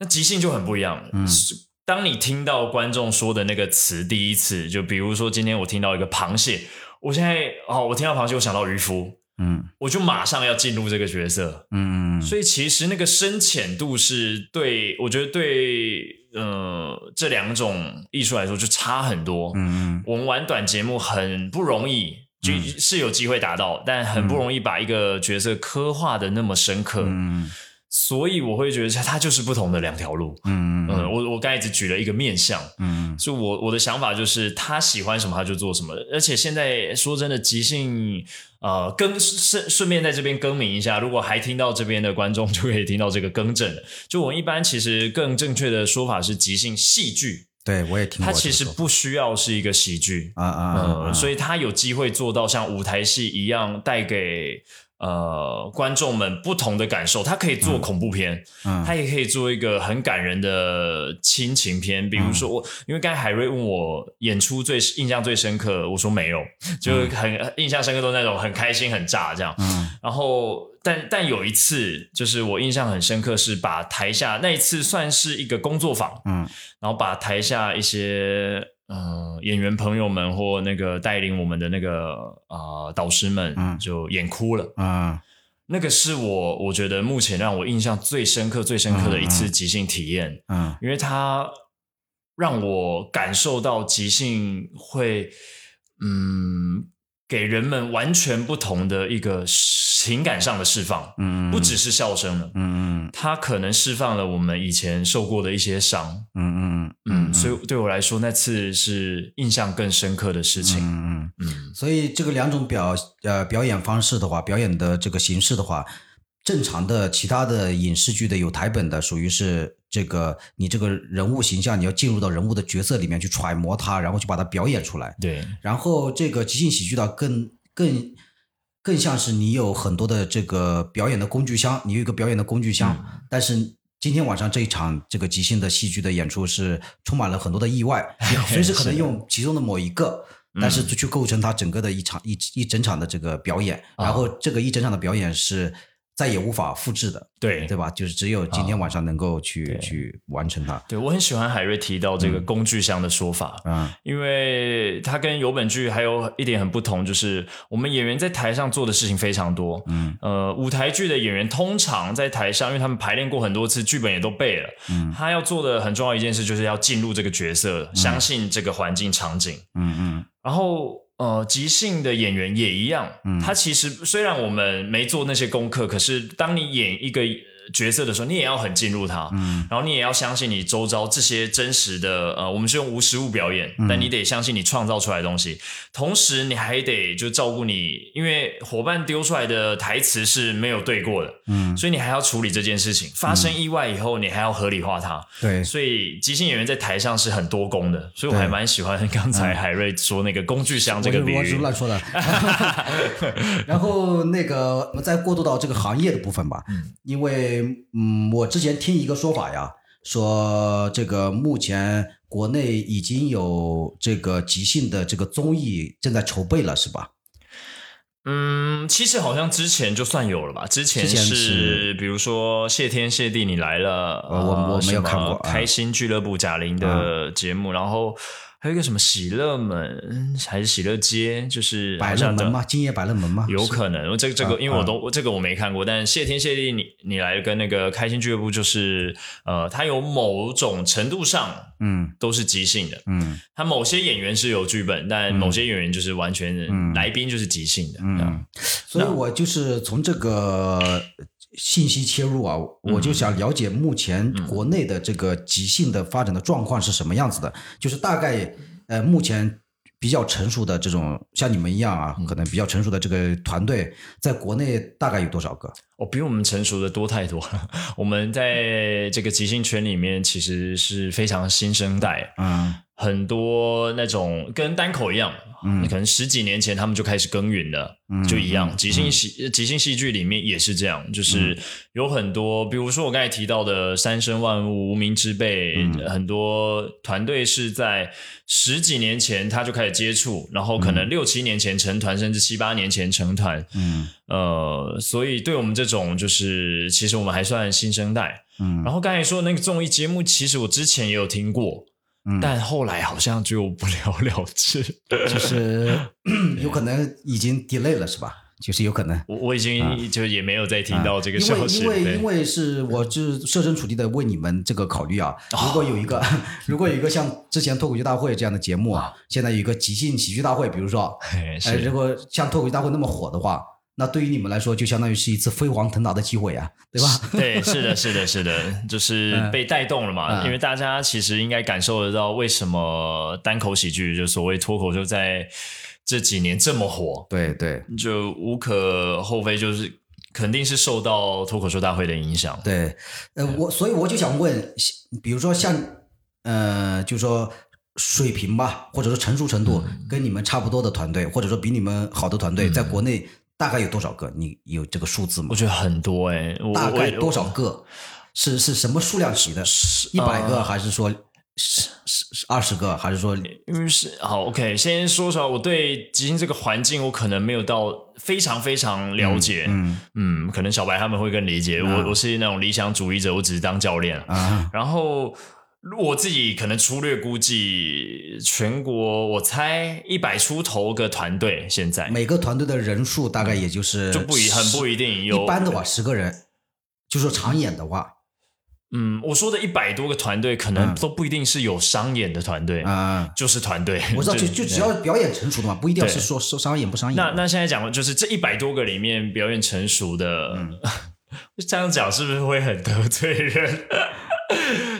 Speaker 2: 那即兴就很不一样了。
Speaker 1: 嗯
Speaker 2: 是当你听到观众说的那个词第一次，就比如说今天我听到一个螃蟹，我现在哦，我听到螃蟹，我想到渔夫，
Speaker 1: 嗯
Speaker 2: 我就马上要进入这个角色。
Speaker 1: 嗯嗯
Speaker 2: 所以其实那个深浅度是对我觉得对呃这两种艺术来说就差很多。
Speaker 1: 嗯
Speaker 2: 我们玩短节目很不容易，就是有机会达到，但很不容易把一个角色刻画的那么深刻。
Speaker 1: 嗯
Speaker 2: 所以我会觉得它就是不同的两条路。
Speaker 1: 嗯
Speaker 2: 嗯，我我刚才只举了一个面向，
Speaker 1: 嗯
Speaker 2: 所以我我的想法就是他喜欢什么他就做什么，而且现在说真的，即兴呃更顺顺便在这边更名一下，如果还听到这边的观众就可以听到这个更正了。就我们一般其实更正确的说法是即兴戏剧，
Speaker 1: 对嗯我也听过这个说法。
Speaker 2: 它其实不需要是一个喜剧，
Speaker 1: 啊啊啊
Speaker 2: 呃，
Speaker 1: 啊，
Speaker 2: 所
Speaker 1: 以
Speaker 2: 以他有机会做到像舞台戏一样带给呃观众们不同的感受。他可以做恐怖片，
Speaker 1: 嗯
Speaker 2: 他也可以做一个很感人的亲情片。比
Speaker 1: 嗯
Speaker 2: 如说我，因为刚才海瑞问我演出最印象最深刻，我说没有，就是很、印象深刻都是那种很开心很炸这样。
Speaker 1: 嗯
Speaker 2: 然后，但但有一次，就是我印象很深刻，是把台下那一次算是一个工作坊，
Speaker 1: 嗯
Speaker 2: 然后把台下一些呃演员朋友们或那个带领我们的那个呃导师们，
Speaker 1: 嗯
Speaker 2: 就演哭了。
Speaker 1: 啊
Speaker 2: 那个是我我觉得目前让我印象最深刻、最深刻的一次即兴体验，
Speaker 1: 嗯
Speaker 2: 因为它让我感受到即兴会嗯给人们完全不同的一个情感上的释放，
Speaker 1: 嗯，
Speaker 2: 不只是笑声了。
Speaker 1: 嗯嗯
Speaker 2: 它可能释放了我们以前受过的一些伤，
Speaker 1: 嗯嗯
Speaker 2: 嗯，所以对我来说，那次是印象更深刻的事情。
Speaker 1: 嗯嗯。
Speaker 2: 嗯，
Speaker 1: 所以这个两种表呃表演方式的话，表演的这个形式的话，正常的其他的影视剧的有台本的，属于是这个你这个人物形象，你要进入到人物的角色里面去揣摩它，然后去把它表演出来。
Speaker 2: 对，
Speaker 1: 然后这个即兴喜剧的更更更像是你有很多的这个表演的工具箱，你有一个表演的工具箱，
Speaker 2: 嗯
Speaker 1: 但是。今天晚上这一场这个即兴的戏剧的演出是充满了很多的意 外，你随时可能
Speaker 2: 是的嗯
Speaker 1: 用其中的某一个，但是去构成它整个的一场一一整场的这个表演，
Speaker 2: 啊
Speaker 1: 然后这个一整场的表演是再也无法复制的，
Speaker 2: 对，啊
Speaker 1: 对吧？就是只有今天晚上能够去
Speaker 2: 对
Speaker 1: 去完成它。
Speaker 2: 对我很喜欢海瑞提到这个工具箱的说法，
Speaker 1: 嗯
Speaker 2: 因为它跟有本剧还有一点很不同，就是我们演员在台上做的事情非常多。
Speaker 1: 嗯
Speaker 2: 呃，舞台剧的演员通常在台上，因为他们排练过很多次，剧本也都背了。
Speaker 1: 嗯
Speaker 2: 他要做的很重要一件事，就是要进入这个角色，相信这个环境场景。
Speaker 1: 嗯嗯
Speaker 2: 然后呃，即兴的演员也一样，
Speaker 1: 嗯
Speaker 2: 他其实虽然我们没做那些功课，可是当你演一个呃角色的时候，你也要很进入他，
Speaker 1: 嗯
Speaker 2: 然后你也要相信你周遭这些真实的呃，我们是用无实物表演，
Speaker 1: 嗯
Speaker 2: 但你得相信你创造出来的东西，同时你还得就照顾你，因为伙伴丢出来的台词是没有对过的，
Speaker 1: 嗯，
Speaker 2: 所以你还要处理这件事情。发生意外以后，你还要合理化它。
Speaker 1: 对，
Speaker 2: 所以即兴演员在台上是很多功的，所以我还蛮喜欢 刚才海瑞说那个工具箱这个比
Speaker 1: 嗯我是我是
Speaker 2: 喻。
Speaker 1: 乱说的。 然后那个，我们再过渡到这个行业的部分吧。
Speaker 2: 嗯
Speaker 1: 因为嗯，我之前听一个说法呀，说这个目前国内已经有这个即兴的这个综艺正在筹备了，是吧？
Speaker 2: 嗯，其实好像之前就算有了吧，之前
Speaker 1: 之前
Speaker 2: 是
Speaker 1: 是
Speaker 2: 比如说谢天谢地你来了，
Speaker 1: 呃我
Speaker 2: 呃
Speaker 1: 我没有
Speaker 2: 什么
Speaker 1: 看过啊嗯
Speaker 2: 开心俱乐部贾玲的节目，然后还有一个什么喜乐门还是喜乐街，就是
Speaker 1: 百
Speaker 2: 好
Speaker 1: 乐
Speaker 2: 像
Speaker 1: 门
Speaker 2: 的
Speaker 1: 吗？今夜百乐门吗？
Speaker 2: 有
Speaker 1: 是
Speaker 2: 可能，这个这个，
Speaker 1: 啊
Speaker 2: 因为我都、我这个我没看过，但谢天谢地你，你来跟那个开心俱乐部，就是呃，它有某种程度上
Speaker 1: 嗯
Speaker 2: 都是即兴的。
Speaker 1: 嗯
Speaker 2: 它某些演员是有剧本，但某些演员就是完全、
Speaker 1: 嗯
Speaker 2: 来宾就是即兴的。嗯，
Speaker 1: 嗯，所以我就是从这个信息切入啊，
Speaker 2: 嗯
Speaker 1: 我就想了解目前国内的这个即兴的发展的状况是什么样子的，就是大概呃目前。比较成熟的这种像你们一样啊，
Speaker 2: 嗯
Speaker 1: 可能比较成熟的这个团队，在国内大概有多少个？
Speaker 2: 哦，比我们成熟的多太多了。 我们在这个即兴圈里面其实是非常新生代，
Speaker 1: 嗯
Speaker 2: 很多那种跟单口一样，
Speaker 1: 嗯
Speaker 2: 可能十几年前他们就开始耕耘了，
Speaker 1: 嗯嗯
Speaker 2: 就一样。即兴戏、即兴戏剧里面也是这样，就是有很多，比如说我刚才提到的《三生万物》《无名之辈》
Speaker 1: 嗯
Speaker 2: 很多团队是在十几年前他就开始接触，然后可能六七年前成团，甚至七八年前成团。
Speaker 1: 嗯
Speaker 2: 呃，所以对我们这种，就是其实我们还算新生代。
Speaker 1: 嗯
Speaker 2: 然后刚才说那个综艺节目，其实我之前也有听过，
Speaker 1: 嗯
Speaker 2: 但后来好像就不了了之。
Speaker 1: 就是 有可能已经 delay 了，是吧？就是有可能。
Speaker 2: 我我已经就也没有再听到这个
Speaker 1: 因
Speaker 2: 消
Speaker 1: 为
Speaker 2: 息。
Speaker 1: 因为
Speaker 2: 对
Speaker 1: 因为是我就是设身处地的为你们这个考虑啊，
Speaker 2: 哦
Speaker 1: 如果有一个、 如果有一个像之前脱口秀大会这样的节目啊，现在有一个即兴喜剧大会，比如说，
Speaker 2: 哎
Speaker 1: 哎，
Speaker 2: 是
Speaker 1: 如果像脱口秀大会那么火的话，那对于你们来说就相当于是一次飞黄腾达的机会啊，对吧？
Speaker 2: 对，是的，是的，是的，就是被带动了嘛。
Speaker 1: 嗯
Speaker 2: 因为大家其实应该感受得到，为什么单口喜剧，就所谓脱口秀，在这几年这么火，
Speaker 1: 对对
Speaker 2: 就无可厚非，就是肯定是受到脱口秀大会的影响。
Speaker 1: 对，呃，我所以我就想问，比如说像呃，就说。水平吧，或者说成熟程度
Speaker 2: 嗯
Speaker 1: 跟你们差不多的团队，或者说比你们好的团队，在国内大概有多少个？你有这个数字吗
Speaker 2: 我？觉得很多哎、我
Speaker 1: 大概
Speaker 2: 我
Speaker 1: 多少个？是是什么数量级的？一
Speaker 2: 啊
Speaker 1: 百个还是说十十二十个？还是说
Speaker 2: 因为是好 OK，先说出来，我对即兴这个环境，我可能没有到非常非常了解。嗯
Speaker 1: 嗯
Speaker 2: 可能小白他们会更理解、
Speaker 1: 嗯
Speaker 2: 我，我是那种理想主义者，我只是当教练。
Speaker 1: 啊
Speaker 2: 然后我自己可能粗略估计，全国我猜一百出头个团队，现在
Speaker 1: 每个团队的人数大概也就是
Speaker 2: 哎就不一很不一定有
Speaker 1: 一般的话十个人，就说长演的话
Speaker 2: 嗯，我说的一百多个团队，可能
Speaker 1: 嗯
Speaker 2: 都不一定是有商演的团队，
Speaker 1: 啊，
Speaker 2: 就是团队。
Speaker 1: 我知道就就只要表演成熟的嘛，不一定要
Speaker 2: 对
Speaker 1: 是说说商演不商演。
Speaker 2: 那那现在讲的就是这一百多个里面表演成熟的， 这样讲是不是会很得罪人？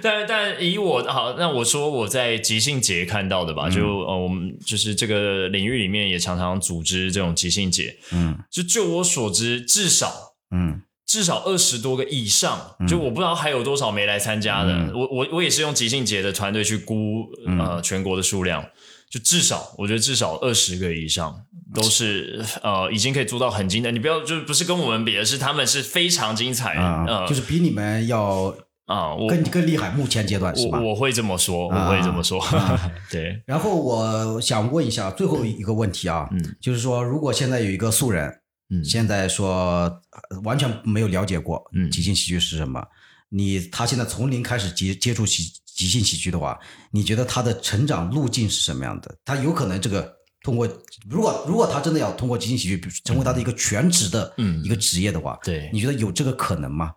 Speaker 2: 但但以我好，那我说我在即兴节看到的吧，就呃，我们就是这个领域里面也常常组织这种即兴节，
Speaker 1: 嗯
Speaker 2: 就就我所知，至少
Speaker 1: 嗯
Speaker 2: 至少二十多个以上，就我不知道还有多少没来参加的。
Speaker 1: 嗯
Speaker 2: 我我我也是用即兴节的团队去估呃全国的数量，就至少我觉得至少二十个以上都是呃已经可以做到很精彩。你不要就是不是跟我们比，而是他们是非常精彩的。
Speaker 1: 啊，
Speaker 2: 呃
Speaker 1: 就是比你们要
Speaker 2: 啊，我
Speaker 1: 更更厉害，目前阶段是吧
Speaker 2: 我？我会这么说，我
Speaker 1: 啊
Speaker 2: 会这么说。 对，
Speaker 1: 然后我想问一下最后一个问题啊，
Speaker 2: 嗯
Speaker 1: 就是说如果现在有一个素人，
Speaker 2: 嗯
Speaker 1: 现在说呃完全没有了解过
Speaker 2: 嗯
Speaker 1: 即兴喜剧是什么，你他现在从零开始接接触喜即兴喜剧的话，你觉得他的成长路径是什么样的？他有可能这个通过，如果如果他真的要通过即兴喜剧比如成为他的一个全职的
Speaker 2: 嗯
Speaker 1: 一个职业的话，
Speaker 2: 对
Speaker 1: 你觉得有这个可能吗？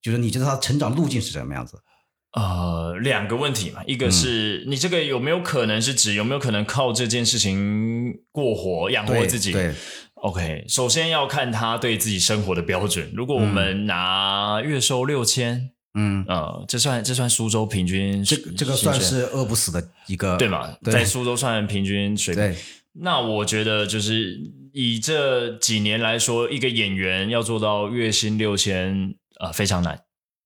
Speaker 1: 就是你觉得他成长路径是什么样子？
Speaker 2: 呃，两个问题嘛，一个是、
Speaker 1: 嗯
Speaker 2: 你这个有没有可能是指有没有可能靠这件事情过活养活
Speaker 1: 对
Speaker 2: 自己？
Speaker 1: 对，
Speaker 2: OK，首先要看他对自己生活的标准。如果我们拿月收六千、
Speaker 1: 嗯，
Speaker 2: 呃，这算这算苏州平均
Speaker 1: 这
Speaker 2: 水，
Speaker 1: 这个算
Speaker 2: 薪水
Speaker 1: 是饿不死的一个
Speaker 2: 对嘛？
Speaker 1: 对
Speaker 2: 在苏州算平均水平。
Speaker 1: 对，
Speaker 2: 那我觉得就是以这几年来说，一个演员要做到月薪六千，呃，非常难。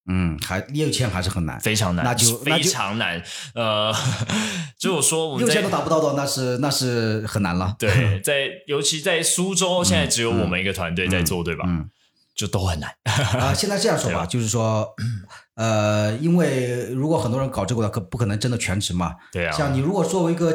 Speaker 1: 嗯，还六千还是很难，
Speaker 2: 非常难，
Speaker 1: 那就那
Speaker 2: 非
Speaker 1: 就
Speaker 2: 常难。呃， 就我说我们
Speaker 1: 六
Speaker 2: 在
Speaker 1: 千都达不到的，那是那是很难了。
Speaker 2: 对，在尤其在苏州，现在只有我们一个团队在做，对吧？
Speaker 1: 嗯
Speaker 2: 就都很难。
Speaker 1: 啊，现在这样说吧，就是说， 呃，因为如果很多人搞这个的，可不可能真的全职嘛？
Speaker 2: 对啊，
Speaker 1: 像你如果作为一个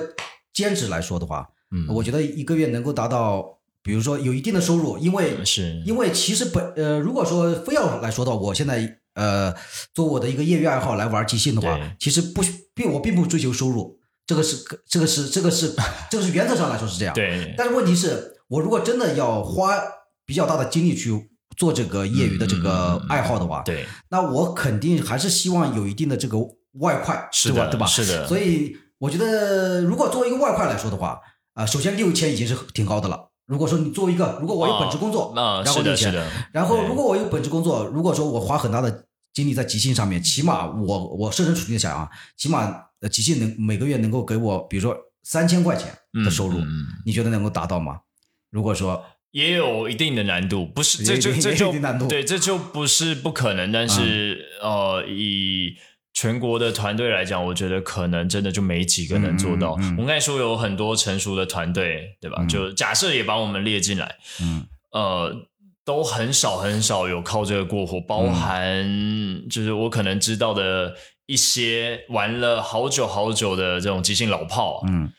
Speaker 1: 兼职来说的话，
Speaker 2: 嗯
Speaker 1: 我觉得一个月能够达到，比如说有一定的收入，因为
Speaker 2: 是
Speaker 1: 因为其实本呃，如果说非要来说的话，我现在呃做我的一个业余爱好来玩即兴的话
Speaker 2: 对，
Speaker 1: 其实不需并我并不追求收入，这个是这个是这个是这个是原则上来说是这样。
Speaker 2: 对，
Speaker 1: 但是问题是我如果真的要花比较大的精力去做这个业余的这
Speaker 2: 嗯
Speaker 1: 个爱好的话，
Speaker 2: 对，
Speaker 1: 那我肯定还是希望有一定的这个外快，
Speaker 2: 是
Speaker 1: 对
Speaker 2: 的，
Speaker 1: 吧？对吧？
Speaker 2: 是的，
Speaker 1: 所
Speaker 2: 以
Speaker 1: 以我觉得，如果作为一个外快来说的话，啊、首先六千已经是挺高的了。如果说你作为一个，如果我有本职工作，
Speaker 2: 啊，
Speaker 1: 哦然后
Speaker 2: 是
Speaker 1: 六
Speaker 2: 的，是
Speaker 1: 千，
Speaker 2: 的，
Speaker 1: 然后
Speaker 2: 对
Speaker 1: 如果我有本职工作，如果说我花很大的精力在即兴上面，起码我我设身处地的想啊，起码呃即兴能每个月能够给我，比如说三千块钱
Speaker 2: 嗯
Speaker 1: 的收入，
Speaker 2: 嗯嗯
Speaker 1: 你觉得能够达到吗？如果说
Speaker 2: 也有一定的难度，不是
Speaker 1: 也
Speaker 2: 这
Speaker 1: 有
Speaker 2: 就
Speaker 1: 一定
Speaker 2: 这
Speaker 1: 也有一
Speaker 2: 就
Speaker 1: 定难度嗯
Speaker 2: 对，这就不是不可能，但是、呃，以全国的团队来讲，我觉得可能真的就没几个能做到。
Speaker 1: 嗯嗯嗯嗯
Speaker 2: 我们刚才说有很多成熟的团队，对吧？
Speaker 1: 嗯
Speaker 2: 就假设也把我们列进来，
Speaker 1: 嗯
Speaker 2: 呃，都很少很少有靠这个过活，包
Speaker 1: 嗯
Speaker 2: 含就是我可能知道的一些玩了好久好久的这种即兴老炮啊、
Speaker 1: 嗯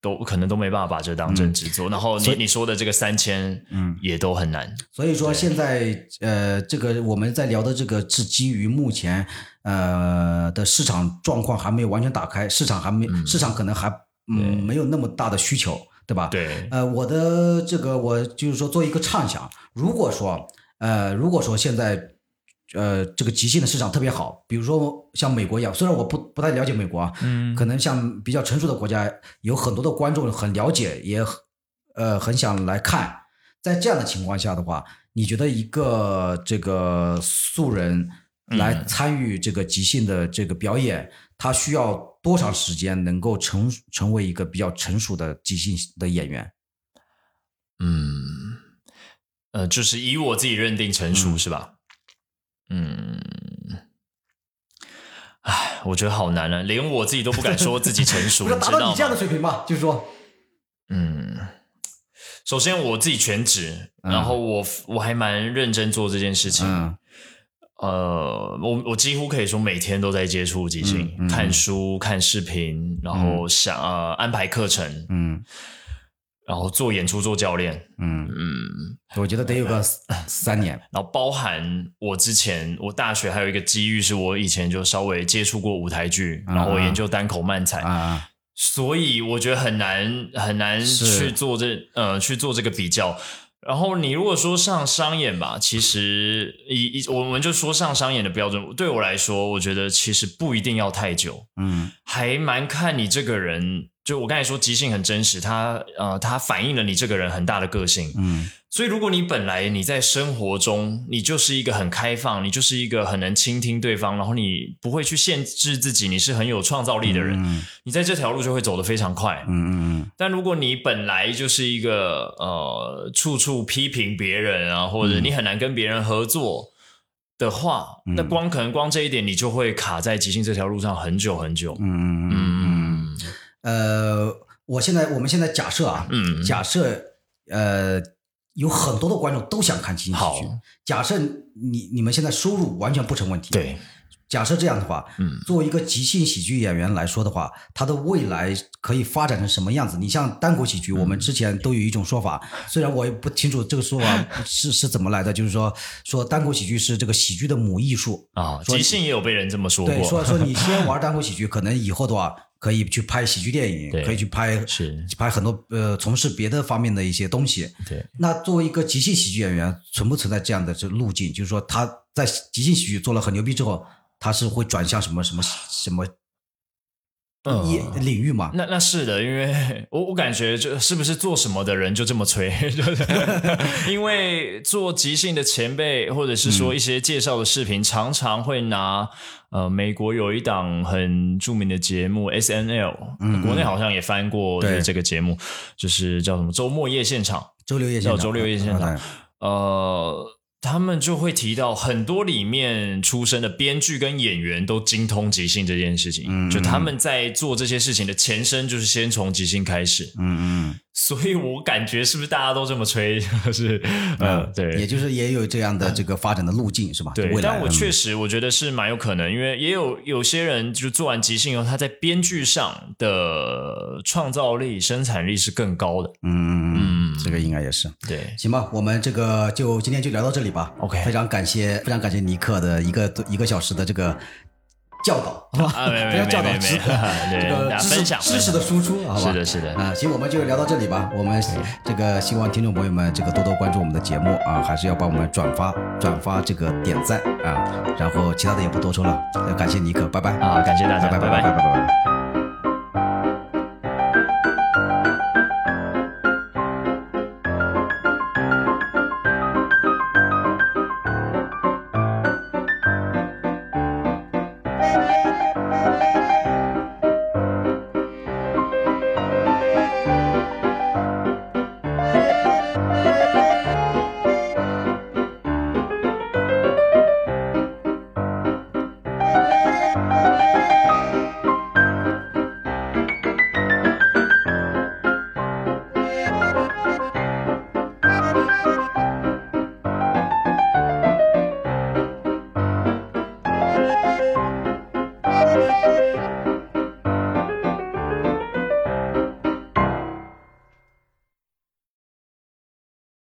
Speaker 2: 都可能都没办法把这当正职做。然后你
Speaker 1: 所以
Speaker 2: 你说的这个三千，
Speaker 1: 嗯，
Speaker 2: 也都很难。
Speaker 1: 所以说现在呃，这个我们在聊的这个是基于目前呃的市场状况还没有完全打开，市场还没、
Speaker 2: 嗯
Speaker 1: 市场可能还
Speaker 2: 对
Speaker 1: 嗯没有那么大的需求，对吧？。
Speaker 2: 对，
Speaker 1: 呃，我的这个我就是说做一个畅想，如果说呃，如果说现在呃这个即兴的市场特别好，比如说像美国一样，虽然我不不太了解美国啊，
Speaker 2: 嗯
Speaker 1: 可能像比较成熟的国家，有很多的观众很了解，也很呃很想来看。在这样的情况下的话，你觉得一个这个素人来
Speaker 2: 嗯
Speaker 1: 参与这个即兴的这个表演，他需要多长时间能够成成为一个比较成熟的即兴的演员？
Speaker 2: 嗯，呃，就是以我自己认定成熟、
Speaker 1: 嗯
Speaker 2: 是吧？嗯，唉，我觉得好难啊，连我自己都不敢说自己成 熟，
Speaker 1: 不是
Speaker 2: 你
Speaker 1: 达
Speaker 2: 知
Speaker 1: 到
Speaker 2: 道
Speaker 1: 你这样的
Speaker 2: 吗？
Speaker 1: 水平吧？就是说，
Speaker 2: 嗯，首先我自己全职，
Speaker 1: 嗯
Speaker 2: 然后我我还蛮认真做这件事情。
Speaker 1: 嗯
Speaker 2: 呃，我我几乎可以说每天都在接触即兴，
Speaker 1: 嗯嗯
Speaker 2: 看书、看视频，然后想、呃安排课程，
Speaker 1: 嗯
Speaker 2: 然后做演出、做教练，
Speaker 1: 嗯，
Speaker 2: 嗯，
Speaker 1: 我觉得得有个三年。
Speaker 2: 然后包含我之前我大学还有一个机遇，是我以前就稍微接触过舞台剧，
Speaker 1: 啊
Speaker 2: 然后我研究单口漫才，
Speaker 1: 啊，
Speaker 2: 所以我觉得很难很难
Speaker 1: 是
Speaker 2: 去做这呃去做这个比较。然后你如果说上商演吧，其实以以我们就说上商演的标准，对我来说，我觉得其实不一定要太久，
Speaker 1: 嗯
Speaker 2: 还蛮看你这个人。就我刚才说即兴很真实，它呃它反映了你这个人很大的个性。
Speaker 1: 嗯
Speaker 2: 所以，如果你本来你在生活中，你就是一个很开放，你就是一个很能倾听对方，然后你不会去限制自己，你是很有创造力的人，
Speaker 1: 嗯
Speaker 2: 你在这条路就会走得非常快。
Speaker 1: 嗯嗯
Speaker 2: 但如果你本来就是一个呃处处批评别人啊，或者你很难跟别人合作的话，
Speaker 1: 嗯
Speaker 2: 那光可能光这一点，你就会卡在即兴这条路上很久很久。
Speaker 1: 嗯嗯嗯。
Speaker 2: 嗯
Speaker 1: 呃，我现在我们现在假设啊，
Speaker 2: 嗯
Speaker 1: 假设呃有很多的观众都想看情景喜剧
Speaker 2: 好。
Speaker 1: 假设你你们现在收入完全不成问题，
Speaker 2: 对。
Speaker 1: 假设这样的话，
Speaker 2: 嗯
Speaker 1: 作为一个即兴喜剧演员来说的话，他的未来可以发展成什么样子？你像单口喜剧，我
Speaker 2: 嗯
Speaker 1: 们之前都有一种说 法，虽然我也不清楚这个说法是是怎么来的，就是说说单口喜剧是这个喜剧的母艺术，
Speaker 2: 啊，
Speaker 1: 说
Speaker 2: 即兴也有被人这么说过，
Speaker 1: 对，说说你先 玩单口喜剧，可能以后的话可以去拍喜剧电影
Speaker 2: 对，
Speaker 1: 可以去拍
Speaker 2: 是
Speaker 1: 拍很多呃从事别的方面的一些东西。
Speaker 2: 对，
Speaker 1: 那作为一个即兴喜剧演员，存不存在这样的这路径？就是说他在即兴喜剧做了很牛逼之后，他是会转向什么什么什么
Speaker 2: 嗯
Speaker 1: 业领域吗？
Speaker 2: 那那是的，因为我我感觉就是不是做什么的人 就这么吹，就是因为做即兴的前辈或者是说一些介绍的视频，常常会拿呃美国有一档很著名的节目 S N L，、
Speaker 1: 嗯
Speaker 2: 国内好像也翻过
Speaker 1: 对
Speaker 2: 这个节目，就是叫什么周末夜现场，
Speaker 1: 周六夜现场，
Speaker 2: 叫周六夜现场
Speaker 1: 啊
Speaker 2: 呃。他们就会提到很多里面出身的编剧跟演员都精通即兴这件事情，
Speaker 1: 嗯
Speaker 2: 就他们在做这些事情的前身就是先从即兴开始，
Speaker 1: 嗯嗯，
Speaker 2: 所以我感觉是不是大家都这么吹？ 就是，呃，
Speaker 1: 嗯也
Speaker 2: 对。
Speaker 1: 就是也有这样的这个发展的路径是吧？
Speaker 2: 对
Speaker 1: 就，未来嗯
Speaker 2: 但我确
Speaker 1: 实，
Speaker 2: 实我觉得是蛮有可能，因为也有有些人就做完即兴以后，他在编剧上的创造力、生产力是更高的。
Speaker 1: 嗯嗯嗯，
Speaker 2: 嗯
Speaker 1: 这个应该也是。
Speaker 2: 对，
Speaker 1: 行吧，我们这个就今天就聊到这里吧。
Speaker 2: OK
Speaker 1: 非常感谢，非常感谢尼克的一个一个小时的这个教导，好吧？
Speaker 2: 啊，没 有
Speaker 1: 不
Speaker 2: 没
Speaker 1: 要
Speaker 2: 有
Speaker 1: 教
Speaker 2: 没
Speaker 1: 导
Speaker 2: 有没
Speaker 1: 知
Speaker 2: 有， 对，
Speaker 1: 这个
Speaker 2: 嗯大家
Speaker 1: 知
Speaker 2: 分
Speaker 1: 识
Speaker 2: 享
Speaker 1: 知识的输出，好吧？
Speaker 2: 是的哎是的
Speaker 1: 啊，行，我们就聊到这里吧。我们这个希望听众朋友们这个多多关注我们的节目啊，还是要帮我们转发转发这个点赞啊，然后其他的也不多说了。呃感谢尼克，拜拜
Speaker 2: 啊，感谢大家，
Speaker 1: 拜拜
Speaker 2: 拜
Speaker 1: 拜拜拜拜。